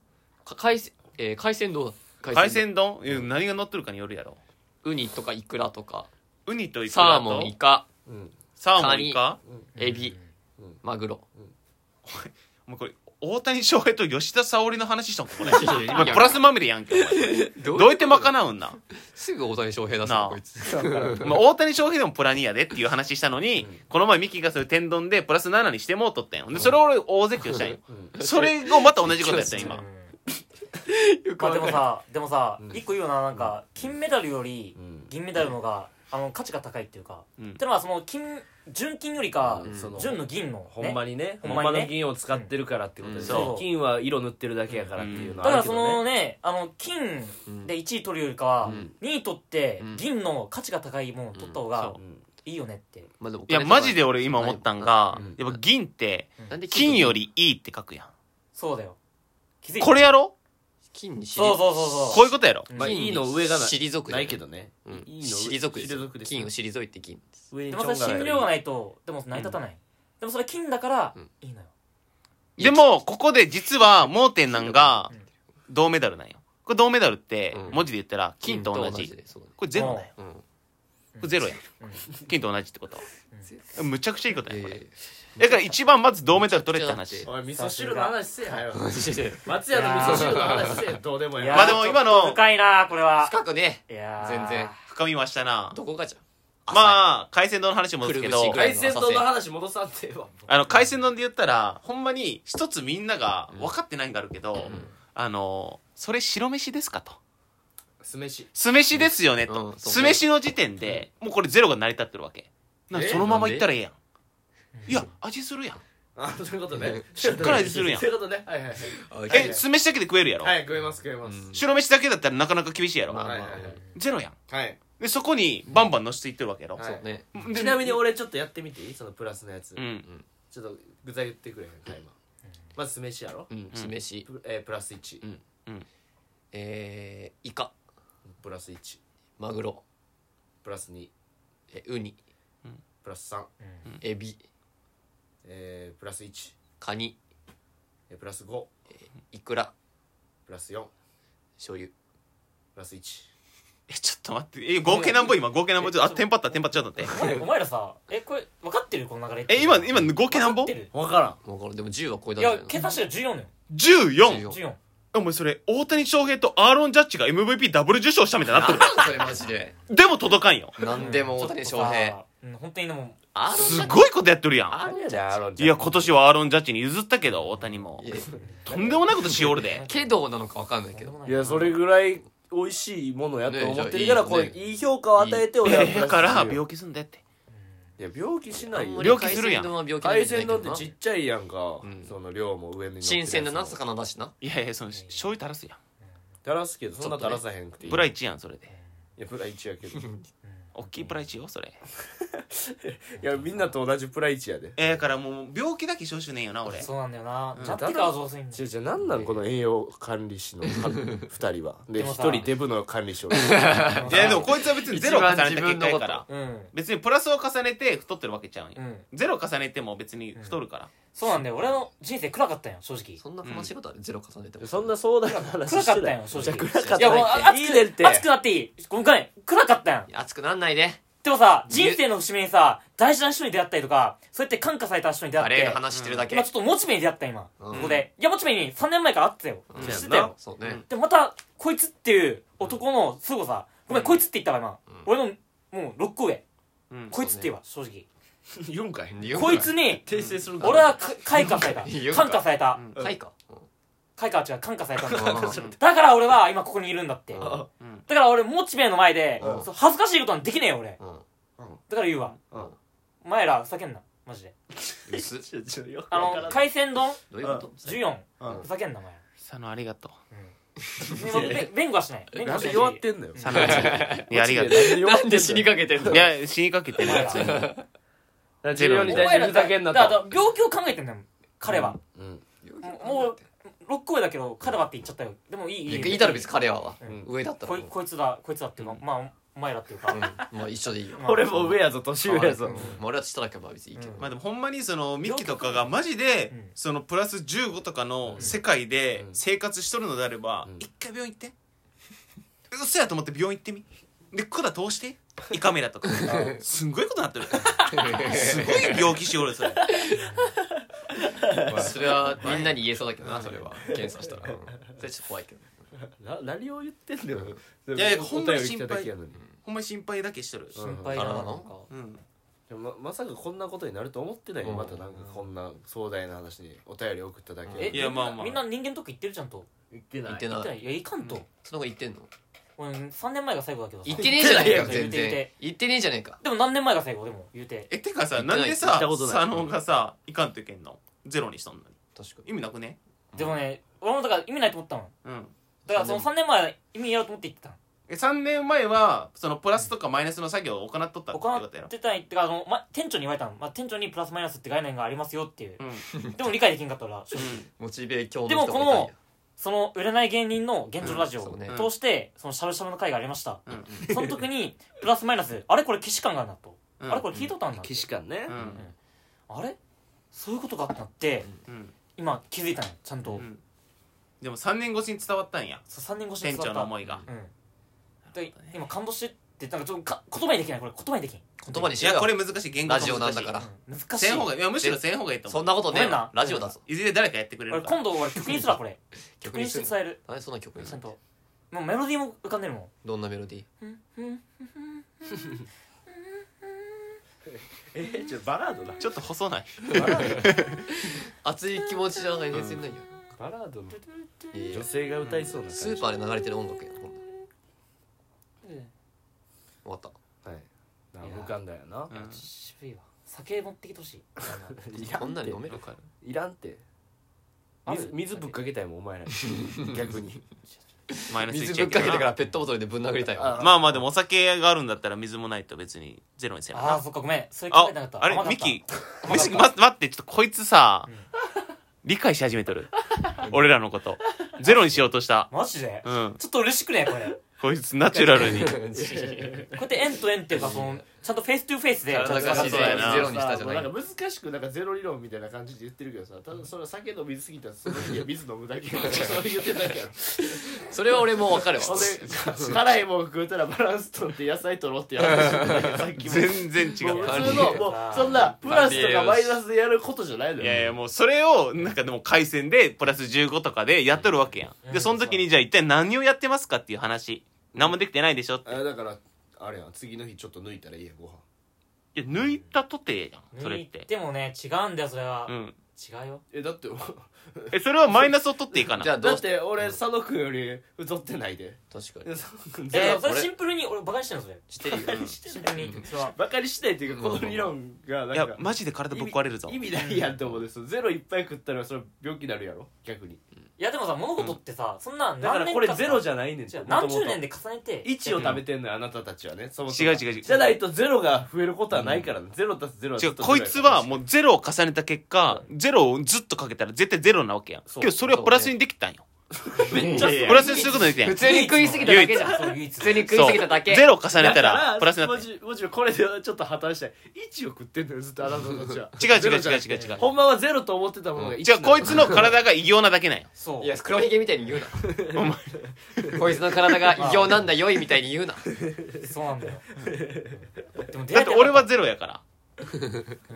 [SPEAKER 6] か海鮮えー海鮮どうだ
[SPEAKER 2] 海鮮丼いや何が乗ってるかによるやろ
[SPEAKER 6] ウニとかイクラとか
[SPEAKER 2] ウニとイク
[SPEAKER 6] サ
[SPEAKER 2] ラ
[SPEAKER 6] ーモ
[SPEAKER 2] と
[SPEAKER 6] ンイカ
[SPEAKER 5] うん
[SPEAKER 2] サーモンイカ
[SPEAKER 6] エビマグロ
[SPEAKER 2] もうこれ大谷翔平と吉田沙保里の話したもんこれ
[SPEAKER 6] やいや
[SPEAKER 2] 今プラスまみれやんけお前
[SPEAKER 6] ど
[SPEAKER 2] どうやって賄うんな
[SPEAKER 6] すぐ大谷翔平出す
[SPEAKER 2] な
[SPEAKER 6] の
[SPEAKER 2] あ
[SPEAKER 6] こいつ
[SPEAKER 2] まあ、大谷翔平でもプラニアでっていう話したのに、この前ミキがそういう天丼でプラス7にしてもうとったんよでそれを俺大絶叫したんよ、それをまた同じことや ったんよ今
[SPEAKER 4] うんまあでもさでもさ一個言うよななんか金メダルより銀メダルのがあの価値が高いっていうか
[SPEAKER 2] うん
[SPEAKER 4] ってのはその金純金よりか
[SPEAKER 1] うんその
[SPEAKER 4] 純の銀の
[SPEAKER 1] ほんまにね
[SPEAKER 4] ほ
[SPEAKER 1] ほ
[SPEAKER 4] ん
[SPEAKER 1] ん
[SPEAKER 4] まにね
[SPEAKER 1] まの銀を使ってるからってことで、
[SPEAKER 2] うん
[SPEAKER 1] す
[SPEAKER 4] そう
[SPEAKER 1] 金は色塗ってるだけやからっていうのはあ
[SPEAKER 4] だか
[SPEAKER 1] る
[SPEAKER 4] ら
[SPEAKER 1] け
[SPEAKER 4] そ
[SPEAKER 1] どね、
[SPEAKER 4] のねあの金で1位取るよりかは
[SPEAKER 6] ん
[SPEAKER 4] 2位取って
[SPEAKER 6] ん
[SPEAKER 4] 銀の価値が高いものを取った方がいいよねって
[SPEAKER 6] まあでもお
[SPEAKER 2] い
[SPEAKER 6] 金
[SPEAKER 2] や
[SPEAKER 6] とか
[SPEAKER 2] マジで俺今思ったんが
[SPEAKER 6] うん、
[SPEAKER 2] やっぱ銀って
[SPEAKER 6] なんで
[SPEAKER 2] 金よりいいって書くやん
[SPEAKER 4] そうだよ気づいた
[SPEAKER 2] これやろ
[SPEAKER 6] 金にし
[SPEAKER 4] そうそうそうそう
[SPEAKER 2] こういうことやろ
[SPEAKER 4] うん
[SPEAKER 1] まあ、
[SPEAKER 6] 金
[SPEAKER 1] いいの上がない
[SPEAKER 6] 退くじゃん
[SPEAKER 1] ないけどね、
[SPEAKER 6] うん
[SPEAKER 1] いいの
[SPEAKER 6] 退く
[SPEAKER 1] 退くで
[SPEAKER 6] です
[SPEAKER 1] す
[SPEAKER 6] 金を退いて金
[SPEAKER 1] 上に
[SPEAKER 4] で
[SPEAKER 1] ち
[SPEAKER 4] も
[SPEAKER 1] ょ
[SPEAKER 4] そ
[SPEAKER 1] んが
[SPEAKER 4] れ
[SPEAKER 1] ら
[SPEAKER 4] 診療がないとでも成り立たない、でもそれ金だから
[SPEAKER 6] ん
[SPEAKER 4] いいのよ、
[SPEAKER 2] でもここで実は盲点なんが
[SPEAKER 4] うん
[SPEAKER 2] 銅メダルなんよこれ銅メダルって
[SPEAKER 6] うん
[SPEAKER 2] 文字で言ったら金と同
[SPEAKER 6] 金
[SPEAKER 2] じ
[SPEAKER 6] でそうだね
[SPEAKER 2] これゼロなんよ
[SPEAKER 4] うん
[SPEAKER 2] こ
[SPEAKER 6] うん
[SPEAKER 2] れゼロやん金と同じってことはむちゃくちゃいいことやんこ
[SPEAKER 6] いやい
[SPEAKER 2] れ
[SPEAKER 6] や
[SPEAKER 2] だから一番まず銅メダル取れって話
[SPEAKER 5] おい味
[SPEAKER 4] 噌汁の話
[SPEAKER 5] せえはよ
[SPEAKER 1] 松屋の味噌汁の話せえ
[SPEAKER 5] どうでも
[SPEAKER 4] い
[SPEAKER 5] ええ
[SPEAKER 4] や
[SPEAKER 2] まあでも今の
[SPEAKER 4] ちょっと深いなこれは
[SPEAKER 6] 深くね
[SPEAKER 4] いやー
[SPEAKER 6] 全然
[SPEAKER 2] 深みましたな
[SPEAKER 6] どこがじゃん
[SPEAKER 2] まあ海鮮丼の話もですけ
[SPEAKER 6] くる
[SPEAKER 2] ど
[SPEAKER 6] ぶしぐらい
[SPEAKER 1] 海鮮丼の話戻さんてえわ
[SPEAKER 2] あの海鮮丼で言ったらほんまに一つみんなが分かってないんがあるけど、あのそれ白飯ですかと
[SPEAKER 1] 酢飯
[SPEAKER 2] 酢飯ですよね
[SPEAKER 6] うん
[SPEAKER 2] と、
[SPEAKER 6] うんそう
[SPEAKER 2] 酢飯の時点でもうこれゼロが成り立ってるわけなんかそのままいったらええやんいや味するやん
[SPEAKER 1] あそういうことね
[SPEAKER 2] しっかり味するやん
[SPEAKER 1] そういうことねはいはいはい
[SPEAKER 2] え酢飯だけで食えるやろ、
[SPEAKER 5] はい食えます食えます
[SPEAKER 2] 白飯だけだったらなかなか厳しいやろ、
[SPEAKER 6] まあ
[SPEAKER 5] はいはいはい
[SPEAKER 2] ゼロやん
[SPEAKER 5] はい
[SPEAKER 2] でそこにバンバン乗せていってるわけやろ、
[SPEAKER 5] はい
[SPEAKER 6] そうね
[SPEAKER 2] で
[SPEAKER 1] ちなみに俺ちょっとやってみていいそのプラスのやつ、
[SPEAKER 2] うん
[SPEAKER 1] ちょっと具材言ってくれへんか今、まず酢飯やろ、
[SPEAKER 6] うん酢飯
[SPEAKER 1] プえープラス1、
[SPEAKER 6] うんえーイカ
[SPEAKER 1] プラス1
[SPEAKER 6] マグロ
[SPEAKER 1] プラス2
[SPEAKER 6] えウニ
[SPEAKER 1] プラス3、
[SPEAKER 6] エビ
[SPEAKER 1] えープラス1、
[SPEAKER 6] カニ
[SPEAKER 1] えープラス5
[SPEAKER 6] イクラ
[SPEAKER 1] プラス4プ
[SPEAKER 6] 醤油
[SPEAKER 1] ラス1
[SPEAKER 2] えちょっと待ってえ合計なんぼ今合計なんぼちょっとあテンパったテンパっちゃったって
[SPEAKER 4] お前お前らさえこれ分かってるこの流れ
[SPEAKER 2] え今今合計なんぼ
[SPEAKER 4] 分かってる
[SPEAKER 1] 分からん
[SPEAKER 6] もうこれでも10は超えた
[SPEAKER 4] い
[SPEAKER 6] んじゃ
[SPEAKER 4] や
[SPEAKER 6] ないの
[SPEAKER 4] 計算してる14のよ
[SPEAKER 2] 14!
[SPEAKER 6] 14
[SPEAKER 4] 14
[SPEAKER 2] お前それ、大谷翔平とアーロン・ジャッジが MVP ダブル受賞したみたいになってる。
[SPEAKER 6] それマジ で
[SPEAKER 2] でも届かんよ。
[SPEAKER 6] 何でも大谷翔平
[SPEAKER 4] うん本当にでも
[SPEAKER 6] あ
[SPEAKER 2] すごいことやってるやん。
[SPEAKER 6] あれ
[SPEAKER 1] アロン
[SPEAKER 2] いや、今年はアーロン・ジャッジに譲ったけど、大谷も。とんでもないことしおるで。
[SPEAKER 6] けどなのか分かんないけど
[SPEAKER 5] いやそれぐらい美味しいものやと思ってるから
[SPEAKER 6] ね
[SPEAKER 5] こ
[SPEAKER 6] じゃあいいよね
[SPEAKER 5] れいい評価を与えて俺はプラス
[SPEAKER 2] だから、
[SPEAKER 5] するよ
[SPEAKER 2] 病気すんだって。
[SPEAKER 5] いや病気しないよ
[SPEAKER 2] 病気するやん
[SPEAKER 5] 海鮮丼ってちっちゃいやんかその量も上に乗ってるや
[SPEAKER 6] 新
[SPEAKER 5] つ
[SPEAKER 6] 鮮なな魚だしない
[SPEAKER 2] やいや、その、醤油垂らすや
[SPEAKER 5] 垂らすけどそんな垂らさへんくてい
[SPEAKER 2] ん。
[SPEAKER 5] い
[SPEAKER 2] プラ1やん、それで。
[SPEAKER 5] いやプラ1やけどい
[SPEAKER 2] おっきいプラ1よ、それ。
[SPEAKER 5] やみんなと同じプラ1やで
[SPEAKER 2] えー、だからもう、病気だけ消臭ねんよな、俺。
[SPEAKER 4] そうなんだよなジャッジが増水んだ
[SPEAKER 5] 違
[SPEAKER 4] よ
[SPEAKER 5] う違うなんなんこの栄養管理士の2人はで
[SPEAKER 4] でも
[SPEAKER 5] 1
[SPEAKER 4] さ
[SPEAKER 5] 人デブの管理士を
[SPEAKER 2] いや、でもこいつは別にゼロを重ねた結果やから。
[SPEAKER 4] うん
[SPEAKER 2] 別にプラスを重ねて太ってるわけちゃうんよ
[SPEAKER 4] う。ん
[SPEAKER 2] ゼロを重ねても別に太るから。
[SPEAKER 4] そうなんだよ俺の人生暗かったんよ正直
[SPEAKER 6] そんな悲しいことあるゼロ重ねても
[SPEAKER 5] そんな壮大な話
[SPEAKER 4] 暗
[SPEAKER 5] し
[SPEAKER 4] かってた
[SPEAKER 5] なんい
[SPEAKER 4] よ正直
[SPEAKER 5] 暗かっ
[SPEAKER 4] いや
[SPEAKER 5] た
[SPEAKER 4] もう
[SPEAKER 5] いいねって
[SPEAKER 4] 熱くなっていいごめん暗かったんよ
[SPEAKER 6] 熱くなんないで
[SPEAKER 4] ででもさ、人生の節目にさ、大事な人に出会ったりとか、そうやって感化された人に出会
[SPEAKER 6] カ
[SPEAKER 4] っ
[SPEAKER 6] レーの
[SPEAKER 4] て、
[SPEAKER 6] 話してるだけ
[SPEAKER 4] 今ちょっともちめに出会った今、
[SPEAKER 6] うん
[SPEAKER 4] ここで。いや、もちめに3年前から会ってたよ。
[SPEAKER 6] うん
[SPEAKER 4] してたよ。
[SPEAKER 6] そうね
[SPEAKER 4] で、また、こいつっていう男の凄さ、ごめん、こいつって言ったわ今。俺の、もう6個上。
[SPEAKER 2] うん
[SPEAKER 4] こいつって言えば、正直。
[SPEAKER 5] 言うんかい
[SPEAKER 4] こいつに、
[SPEAKER 5] 訂正する
[SPEAKER 4] 俺はか開花された
[SPEAKER 6] いいよ。
[SPEAKER 4] 感化された。
[SPEAKER 2] うん
[SPEAKER 6] はいか
[SPEAKER 4] 開花は違う、感化されたんだ。
[SPEAKER 6] うん
[SPEAKER 4] だから俺は今ここにいるんだって。だ
[SPEAKER 6] ん
[SPEAKER 4] から俺、モチベの前で
[SPEAKER 6] う、ん
[SPEAKER 4] そう恥ずかしいことはできねえよ、俺。
[SPEAKER 6] うん
[SPEAKER 4] だから言うわ。
[SPEAKER 6] うん
[SPEAKER 4] お前ら、ふざけんな。マジで。
[SPEAKER 6] 薄
[SPEAKER 5] ちょちょよく
[SPEAKER 4] あ
[SPEAKER 5] わから
[SPEAKER 4] の、
[SPEAKER 5] ん
[SPEAKER 4] 海鮮丼
[SPEAKER 6] どういうこと
[SPEAKER 4] 14。
[SPEAKER 5] うん
[SPEAKER 4] ふざけんな、お前
[SPEAKER 2] 佐野ありがとう
[SPEAKER 4] ら。ねべ弁護はしない。弁護
[SPEAKER 5] な
[SPEAKER 4] は
[SPEAKER 5] ん
[SPEAKER 4] しな
[SPEAKER 5] で
[SPEAKER 4] い。
[SPEAKER 5] 弱ってんのよ
[SPEAKER 2] 佐野ありが とういやありがと
[SPEAKER 6] なんで死にかけてるの
[SPEAKER 2] ういや死にかけてるやつ
[SPEAKER 5] 自分
[SPEAKER 4] お
[SPEAKER 5] に対
[SPEAKER 4] 前
[SPEAKER 5] して
[SPEAKER 4] ら
[SPEAKER 5] ふざけんな
[SPEAKER 4] だから
[SPEAKER 5] と
[SPEAKER 4] だから病気を考えてんだよ、彼は。
[SPEAKER 6] うん
[SPEAKER 4] もうもう、6個上だけど、彼はって言っちゃったよ。でもいい。
[SPEAKER 6] いや言いたら別に彼はは
[SPEAKER 4] うん
[SPEAKER 6] 上だったら
[SPEAKER 4] こいこいつだ、こいつだっていうか、まあ、お前らっていうか。
[SPEAKER 6] まあ一緒でいいよ
[SPEAKER 4] まあ
[SPEAKER 5] 俺も上やぞ年上や
[SPEAKER 6] うん
[SPEAKER 5] ぞ
[SPEAKER 6] まあ俺はしたらけば別にいいけど
[SPEAKER 4] うん
[SPEAKER 2] まあでもほんまにそのミキとかがマジで
[SPEAKER 4] うん
[SPEAKER 2] そのプラス15とかの世界で
[SPEAKER 6] うん
[SPEAKER 2] 生活しとるのであれば
[SPEAKER 6] うん
[SPEAKER 2] 一回病院行って嘘やと思って病院行ってみで管通して胃カメラとかすんごいことなってるすごい病気しおるそれ
[SPEAKER 6] まあそれはみんなに言えそうだけどなそれは検査したらうんそれちょっと怖いけど
[SPEAKER 5] な何を言ってんのよ
[SPEAKER 2] いやいやほんまに心配
[SPEAKER 5] お便り来ただけやのに
[SPEAKER 2] ほんまに心配だけしとる
[SPEAKER 4] 心配だ
[SPEAKER 6] あ
[SPEAKER 4] な、
[SPEAKER 6] ら
[SPEAKER 4] なんか。
[SPEAKER 2] うん
[SPEAKER 5] でもままさかこんなことになると思ってないよ
[SPEAKER 6] うん
[SPEAKER 5] またなんかこんな壮大な話にお便り送っただ
[SPEAKER 4] え
[SPEAKER 5] け
[SPEAKER 2] いやまあまあ
[SPEAKER 4] みんな人間ドック行ってるじゃんと
[SPEAKER 5] 言って
[SPEAKER 6] 言って
[SPEAKER 4] 行
[SPEAKER 6] な
[SPEAKER 4] ってないいいやいかんと、
[SPEAKER 6] その子言ってんの
[SPEAKER 4] 俺3年前が最後だけどさ
[SPEAKER 6] 言ってねえじゃねえ
[SPEAKER 4] 言
[SPEAKER 6] か
[SPEAKER 4] って言
[SPEAKER 6] 全
[SPEAKER 4] って
[SPEAKER 6] 然言ってねえじゃねえか
[SPEAKER 4] でも何年前が最後でも言うて
[SPEAKER 2] えてかさ
[SPEAKER 6] 行ってな
[SPEAKER 2] ないんでさ
[SPEAKER 5] 行ったことない
[SPEAKER 2] 佐野がさいかんといけんのゼロにしたんのに
[SPEAKER 6] 確かに
[SPEAKER 2] 意味なくね
[SPEAKER 4] でもね俺もだから意味ないと思ったの
[SPEAKER 2] うん
[SPEAKER 4] だからその3年前は意味やろうと思って言って
[SPEAKER 2] え3年前はそのプラスとかマイナスの作業を行っとった
[SPEAKER 4] た
[SPEAKER 2] って
[SPEAKER 4] の
[SPEAKER 2] こ
[SPEAKER 4] 行
[SPEAKER 2] とや
[SPEAKER 4] っ
[SPEAKER 2] ろ
[SPEAKER 4] てたいってかあの、ま、店長に言われたの、ま、店長にプラスマイナスって概念がありますよっていう
[SPEAKER 2] うん
[SPEAKER 4] でも理解できんかったから正直
[SPEAKER 6] モチベ強度
[SPEAKER 4] でもこのその売れない芸人の現状ラジオ
[SPEAKER 6] うんそうね
[SPEAKER 4] を通してそのしゃぶしゃぶの会がありました
[SPEAKER 2] うん
[SPEAKER 4] その時にプラスマイナスあれこれ既視感があるなと
[SPEAKER 2] うん
[SPEAKER 4] あれこれ聞いとったんだ
[SPEAKER 5] 既視感ね
[SPEAKER 2] うん
[SPEAKER 4] あれそういうことかってなって
[SPEAKER 2] うん
[SPEAKER 4] 今気づいたのちゃんと、
[SPEAKER 2] うんでも3年越しに伝わったんや
[SPEAKER 4] そう3年越しに
[SPEAKER 2] 店
[SPEAKER 4] 座った
[SPEAKER 2] 長の思いが
[SPEAKER 4] うんで今感動してってなんかちょっとか言葉にできないこれ言葉にできん
[SPEAKER 6] 言葉に
[SPEAKER 2] い
[SPEAKER 6] しろ
[SPEAKER 2] や
[SPEAKER 6] よ
[SPEAKER 2] これ難しい言語
[SPEAKER 6] ラジオなんだから
[SPEAKER 4] うん難しい
[SPEAKER 2] せん方がいいいやむしろせん方がいいと
[SPEAKER 6] そ
[SPEAKER 2] 思
[SPEAKER 6] ん
[SPEAKER 2] う
[SPEAKER 6] なことねえ
[SPEAKER 4] ごめんな
[SPEAKER 6] わラジオだぞ
[SPEAKER 2] いずれ誰かやってくれ
[SPEAKER 4] 俺
[SPEAKER 2] るから
[SPEAKER 4] 今度俺曲にすらこれ曲
[SPEAKER 6] 曲
[SPEAKER 4] に
[SPEAKER 6] に
[SPEAKER 4] して
[SPEAKER 6] する
[SPEAKER 4] 伝える
[SPEAKER 6] 何でそんな曲に
[SPEAKER 4] ち
[SPEAKER 6] す
[SPEAKER 4] ゃん
[SPEAKER 6] る
[SPEAKER 4] ともうメロディーも浮かんでるも
[SPEAKER 6] どんなメロディー
[SPEAKER 4] んうん
[SPEAKER 5] えちょっとバラードだ
[SPEAKER 2] ちょっと細ない
[SPEAKER 6] 熱い気持ちじゃない熱いないよ
[SPEAKER 5] バラードの
[SPEAKER 6] いやいや
[SPEAKER 5] 女性が歌いそうな感じ
[SPEAKER 6] スーパーで流れてる音楽やほんな
[SPEAKER 4] うん
[SPEAKER 6] 終わった
[SPEAKER 5] はいなんか浮かんだよな
[SPEAKER 2] うん
[SPEAKER 4] 渋いわ酒持ってきてほ しい
[SPEAKER 5] いら
[SPEAKER 6] こん
[SPEAKER 5] ん
[SPEAKER 6] な
[SPEAKER 5] っ
[SPEAKER 6] に
[SPEAKER 5] て
[SPEAKER 6] 飲める
[SPEAKER 2] わかる
[SPEAKER 5] いらんって
[SPEAKER 4] あ
[SPEAKER 5] 水水ぶっかけたいもん お前らに逆に
[SPEAKER 2] マイナス
[SPEAKER 6] 水
[SPEAKER 2] 1
[SPEAKER 6] ぶっかけてか
[SPEAKER 2] や
[SPEAKER 6] らペットボトルでぶん殴りたいわ
[SPEAKER 2] なまあまあでもお酒があるんだったら水もないと別にゼロにせな
[SPEAKER 4] ああそっかごめんそれ考
[SPEAKER 2] あ
[SPEAKER 4] えてなかった
[SPEAKER 2] あ
[SPEAKER 4] 甘
[SPEAKER 2] れ
[SPEAKER 4] かっ
[SPEAKER 2] ミ
[SPEAKER 4] た
[SPEAKER 2] キミ
[SPEAKER 4] 甘かっ
[SPEAKER 2] キ
[SPEAKER 4] た
[SPEAKER 2] 待って待ってちょっとこいつさ理解し始めとる俺らのことゼロにしようとした
[SPEAKER 4] マジで
[SPEAKER 2] うん
[SPEAKER 4] ちょっと嬉しくねこれこ
[SPEAKER 2] こいつナチュラルに
[SPEAKER 4] うやって円と円っていうかそのちゃんとフェイストゥフェイスでちゃんと
[SPEAKER 6] 体が自
[SPEAKER 2] そうやな
[SPEAKER 6] 然ゼロにしたじゃない
[SPEAKER 5] んか難しくなんかゼロ理論みたいな感じで言ってるけどさただそれ酒飲みすぎたらその日は水飲むだけそう言ってたけど
[SPEAKER 6] それは俺もう分かるわ
[SPEAKER 5] ほんで辛いもん食うたらバランス取って野菜取ろうってや話してたけどさっきも
[SPEAKER 2] 全然違
[SPEAKER 5] も
[SPEAKER 2] う
[SPEAKER 5] う普通のもうそんなプラスとかマイナスでやることじゃないのよ
[SPEAKER 2] いやいやもうそれをなんかでも回線でプラス15とかでやっとるわけやんでその時にじゃあ一体何をやってますかっていう話何もできてないでしょって
[SPEAKER 5] あだからあれやん次の日ちょっと抜いたらいいやご飯
[SPEAKER 2] いや抜いたとてやんそれっ
[SPEAKER 4] 抜い
[SPEAKER 2] て
[SPEAKER 4] てもね違うんだよそれは
[SPEAKER 2] うん
[SPEAKER 4] 違うよ
[SPEAKER 5] えだって
[SPEAKER 2] えそれはマイナスを取っていかな
[SPEAKER 6] じゃあど
[SPEAKER 5] だ
[SPEAKER 6] う
[SPEAKER 5] っ
[SPEAKER 6] して
[SPEAKER 5] 俺佐野君より太ってないで
[SPEAKER 6] 確かに
[SPEAKER 5] 佐野君
[SPEAKER 4] えーそ
[SPEAKER 5] バ
[SPEAKER 4] れシンプルに俺バカにしてるのそれ
[SPEAKER 6] してるよ
[SPEAKER 4] シンプルに それは
[SPEAKER 5] カにしないっていうかこの理論がなん
[SPEAKER 2] い
[SPEAKER 5] か
[SPEAKER 2] やマジで体ぶっ壊れるぞ
[SPEAKER 5] 意味ないやんと思うんですよゼロいっぱい食ったらそれ病気になるやろ逆に
[SPEAKER 4] いやでもさ物事ってさ、そんな
[SPEAKER 5] だからこれゼロじ
[SPEAKER 4] ゃ
[SPEAKER 5] ゃないねんって
[SPEAKER 4] 何
[SPEAKER 5] 元
[SPEAKER 4] 十
[SPEAKER 5] 々
[SPEAKER 4] 年で重ねて
[SPEAKER 5] 1を食べてんのよあなたたちはねそもそも
[SPEAKER 2] 違う違う違う
[SPEAKER 5] じゃないとゼロが増えることはないからねゼロたすゼロは
[SPEAKER 2] 違
[SPEAKER 5] ず
[SPEAKER 2] う
[SPEAKER 5] っと
[SPEAKER 2] こいつはも
[SPEAKER 5] う
[SPEAKER 2] うゼロを重ねた結果ゼロをずっとかけたら絶対ゼロなわけやん
[SPEAKER 5] そう
[SPEAKER 2] けどそれはプラスにできたんよめっちゃプラスにすることできてん
[SPEAKER 6] 普通に食いすぎただけじゃん
[SPEAKER 4] そう唯一
[SPEAKER 6] 普通に食いすぎただけ
[SPEAKER 2] ゼロ重ねたらプ
[SPEAKER 9] プラ
[SPEAKER 2] ラ
[SPEAKER 9] ス
[SPEAKER 2] スにな
[SPEAKER 9] も
[SPEAKER 2] って
[SPEAKER 9] ちもちろんこれではちょっと破綻したい1を食ってんのよずっとあなたたちは
[SPEAKER 2] 違う違う違う違う違う
[SPEAKER 9] ほんまはゼロと思ってたものが1
[SPEAKER 2] 違うこいつの体が異形なだけなんよ
[SPEAKER 4] そう
[SPEAKER 6] いや黒ひげみたいに言うなこいつの体が異形なんだよいみたいに言うな
[SPEAKER 4] そうなんだよでも出
[SPEAKER 2] だって
[SPEAKER 4] 会えて
[SPEAKER 2] 俺はゼロやから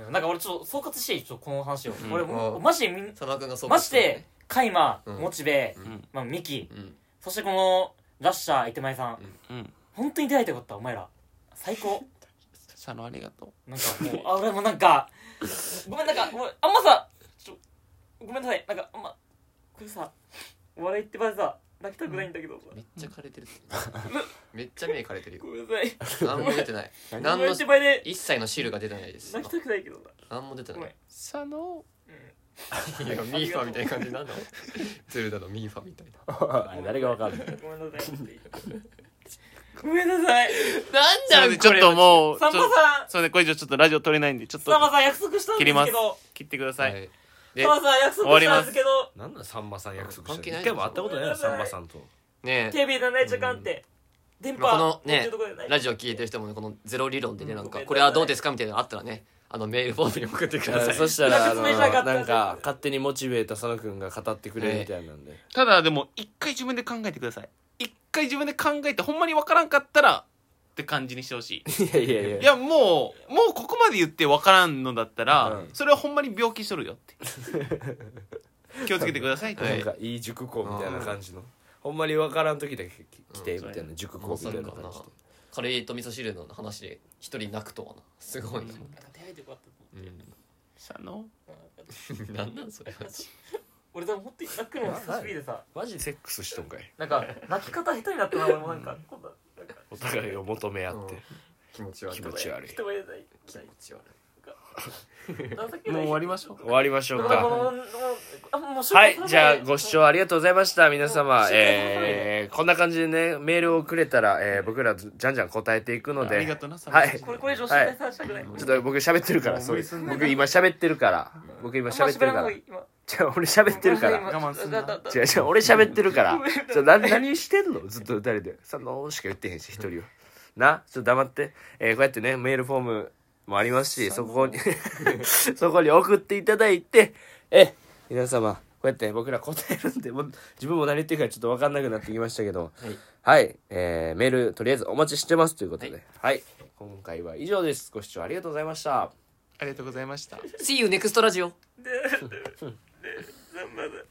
[SPEAKER 4] うんなんか俺ちょっと総括していいちょっとこの話を、
[SPEAKER 2] ん
[SPEAKER 4] 俺もう
[SPEAKER 6] うん
[SPEAKER 4] マジでみん
[SPEAKER 6] 佐野君がそう
[SPEAKER 4] マジでカイマ、
[SPEAKER 6] うん
[SPEAKER 4] モチベ、
[SPEAKER 2] ん
[SPEAKER 4] まあ、ミキ、
[SPEAKER 6] うん
[SPEAKER 4] そしてこのラッシャーいてまいさん、
[SPEAKER 2] うん
[SPEAKER 4] 本当に出会えてよかったお前ら 最高
[SPEAKER 2] 佐野ありがと
[SPEAKER 4] なんかもうあ俺もなんかごめんなんかもうあんまさちょごめんなさいなんかあんまこれさお笑いって場でさ泣きたくないんだけど、
[SPEAKER 6] めっちゃ枯れてるめっちゃ目枯れてるよ
[SPEAKER 4] ごめんなさい
[SPEAKER 6] 何も出てない何
[SPEAKER 4] お笑い
[SPEAKER 6] の
[SPEAKER 4] って場で
[SPEAKER 6] 一切の汁が出てないです
[SPEAKER 4] 泣きたくないけど
[SPEAKER 6] 何も出てな
[SPEAKER 4] ごめ
[SPEAKER 6] い
[SPEAKER 4] ん
[SPEAKER 2] う佐野
[SPEAKER 6] いやミーファみたいな感じになんのゼルダのミーファみたいな
[SPEAKER 5] 誰がわかるの
[SPEAKER 4] ごめんなさいごめんなさい
[SPEAKER 2] な
[SPEAKER 6] なん
[SPEAKER 2] でちょっともう
[SPEAKER 4] さんま
[SPEAKER 2] ちょ
[SPEAKER 4] さん
[SPEAKER 2] っとそうねこれ以上ちょっとラジオ撮れないんでちょっと
[SPEAKER 4] さんまさん約束した
[SPEAKER 2] 切
[SPEAKER 4] んですけ
[SPEAKER 2] り
[SPEAKER 4] ど
[SPEAKER 2] ます切ってください、
[SPEAKER 6] い
[SPEAKER 4] さ
[SPEAKER 6] で
[SPEAKER 4] んまさん約束したんですけど
[SPEAKER 5] なんださんまさん約束し
[SPEAKER 6] 関
[SPEAKER 5] て
[SPEAKER 6] 係
[SPEAKER 5] る
[SPEAKER 6] ない
[SPEAKER 5] 一回も会ったことない
[SPEAKER 4] ごめ
[SPEAKER 5] よ
[SPEAKER 4] ん
[SPEAKER 5] さ
[SPEAKER 4] な
[SPEAKER 5] ん
[SPEAKER 4] さ
[SPEAKER 5] ま
[SPEAKER 4] い
[SPEAKER 5] さんと
[SPEAKER 6] ねえ
[SPEAKER 4] テレビでない時間って電
[SPEAKER 6] まあこ
[SPEAKER 4] 波
[SPEAKER 6] のねラジ
[SPEAKER 4] オ
[SPEAKER 6] オ聞いてる人もねこのゼロ理論でねなんか
[SPEAKER 4] うん
[SPEAKER 6] これはどうですかみたいなのあったらねあのメールフォームに送ってく ださい
[SPEAKER 5] そしたらあの
[SPEAKER 4] 説明しなかった
[SPEAKER 5] なんか勝手にモチベータ佐野くんが語ってくれるみたいなんで
[SPEAKER 2] ただでも一回自分で考えてください一回自分で考えてほんまに分からんかったらって感じにしてほしい
[SPEAKER 5] いやいやいや
[SPEAKER 2] いやもうもうここまで言って分からんのだったら、
[SPEAKER 5] うん
[SPEAKER 2] それはほんまに病気しとるよって気をつけてくださいと、
[SPEAKER 5] なんかいい塾講みたいな感じのほんまにわからん時だけ来てみたいな塾講みたいな感じで
[SPEAKER 6] カレーと味噌汁の話で一人泣くとはなすごいな
[SPEAKER 4] 出会えてよかった
[SPEAKER 2] 佐野
[SPEAKER 6] 何なんそれマジ
[SPEAKER 4] 俺でも本当に泣くのも久しぶりでさ
[SPEAKER 5] マジセックスしとんかい
[SPEAKER 4] なんか泣き方下手になったな俺もなんか今度なんか
[SPEAKER 5] お互いを求め合って
[SPEAKER 6] 気持ち悪い
[SPEAKER 5] 気持ち悪い
[SPEAKER 4] 人前で泣いてない情け
[SPEAKER 2] も
[SPEAKER 4] な
[SPEAKER 2] う
[SPEAKER 4] い
[SPEAKER 2] 終わりましょう
[SPEAKER 5] 終わりましょう
[SPEAKER 4] なんかもう
[SPEAKER 5] か
[SPEAKER 4] もうあもう紹
[SPEAKER 5] は
[SPEAKER 4] 介
[SPEAKER 5] い
[SPEAKER 4] されない
[SPEAKER 5] じゃあご視聴ありがとうございました皆様
[SPEAKER 4] うん
[SPEAKER 5] えーこんな感じでねメールをくれたらえー僕らじゃんじゃん答えていくの
[SPEAKER 2] ありが
[SPEAKER 5] で
[SPEAKER 2] とうな佐野
[SPEAKER 5] はい
[SPEAKER 4] これこれ以上紹介されたくない
[SPEAKER 5] ちょっと僕喋ってるからそうです僕今喋ってるから僕今喋ってるから
[SPEAKER 4] 今
[SPEAKER 5] じゃあ俺喋ってるから
[SPEAKER 4] 今
[SPEAKER 2] 我慢すんな
[SPEAKER 4] だだだ
[SPEAKER 5] 違う違う俺喋ってるから
[SPEAKER 4] ごめんなさい
[SPEAKER 5] ちょな何してんのず っと誰で「その」しか言ってへんし一人はなちょっと黙って、えーこうやってねメールフォームもありますしそこに そこに送っていただいてえ皆様こうやって僕ら答えるんでもう自分も何言ってるかちょっと分かんなくなってきましたけどはい、えーメールとりあえずお待ちしてますということではい、今回は以上ですご視聴ありがとうございました
[SPEAKER 2] ありがとうございました
[SPEAKER 6] See you next ラジオ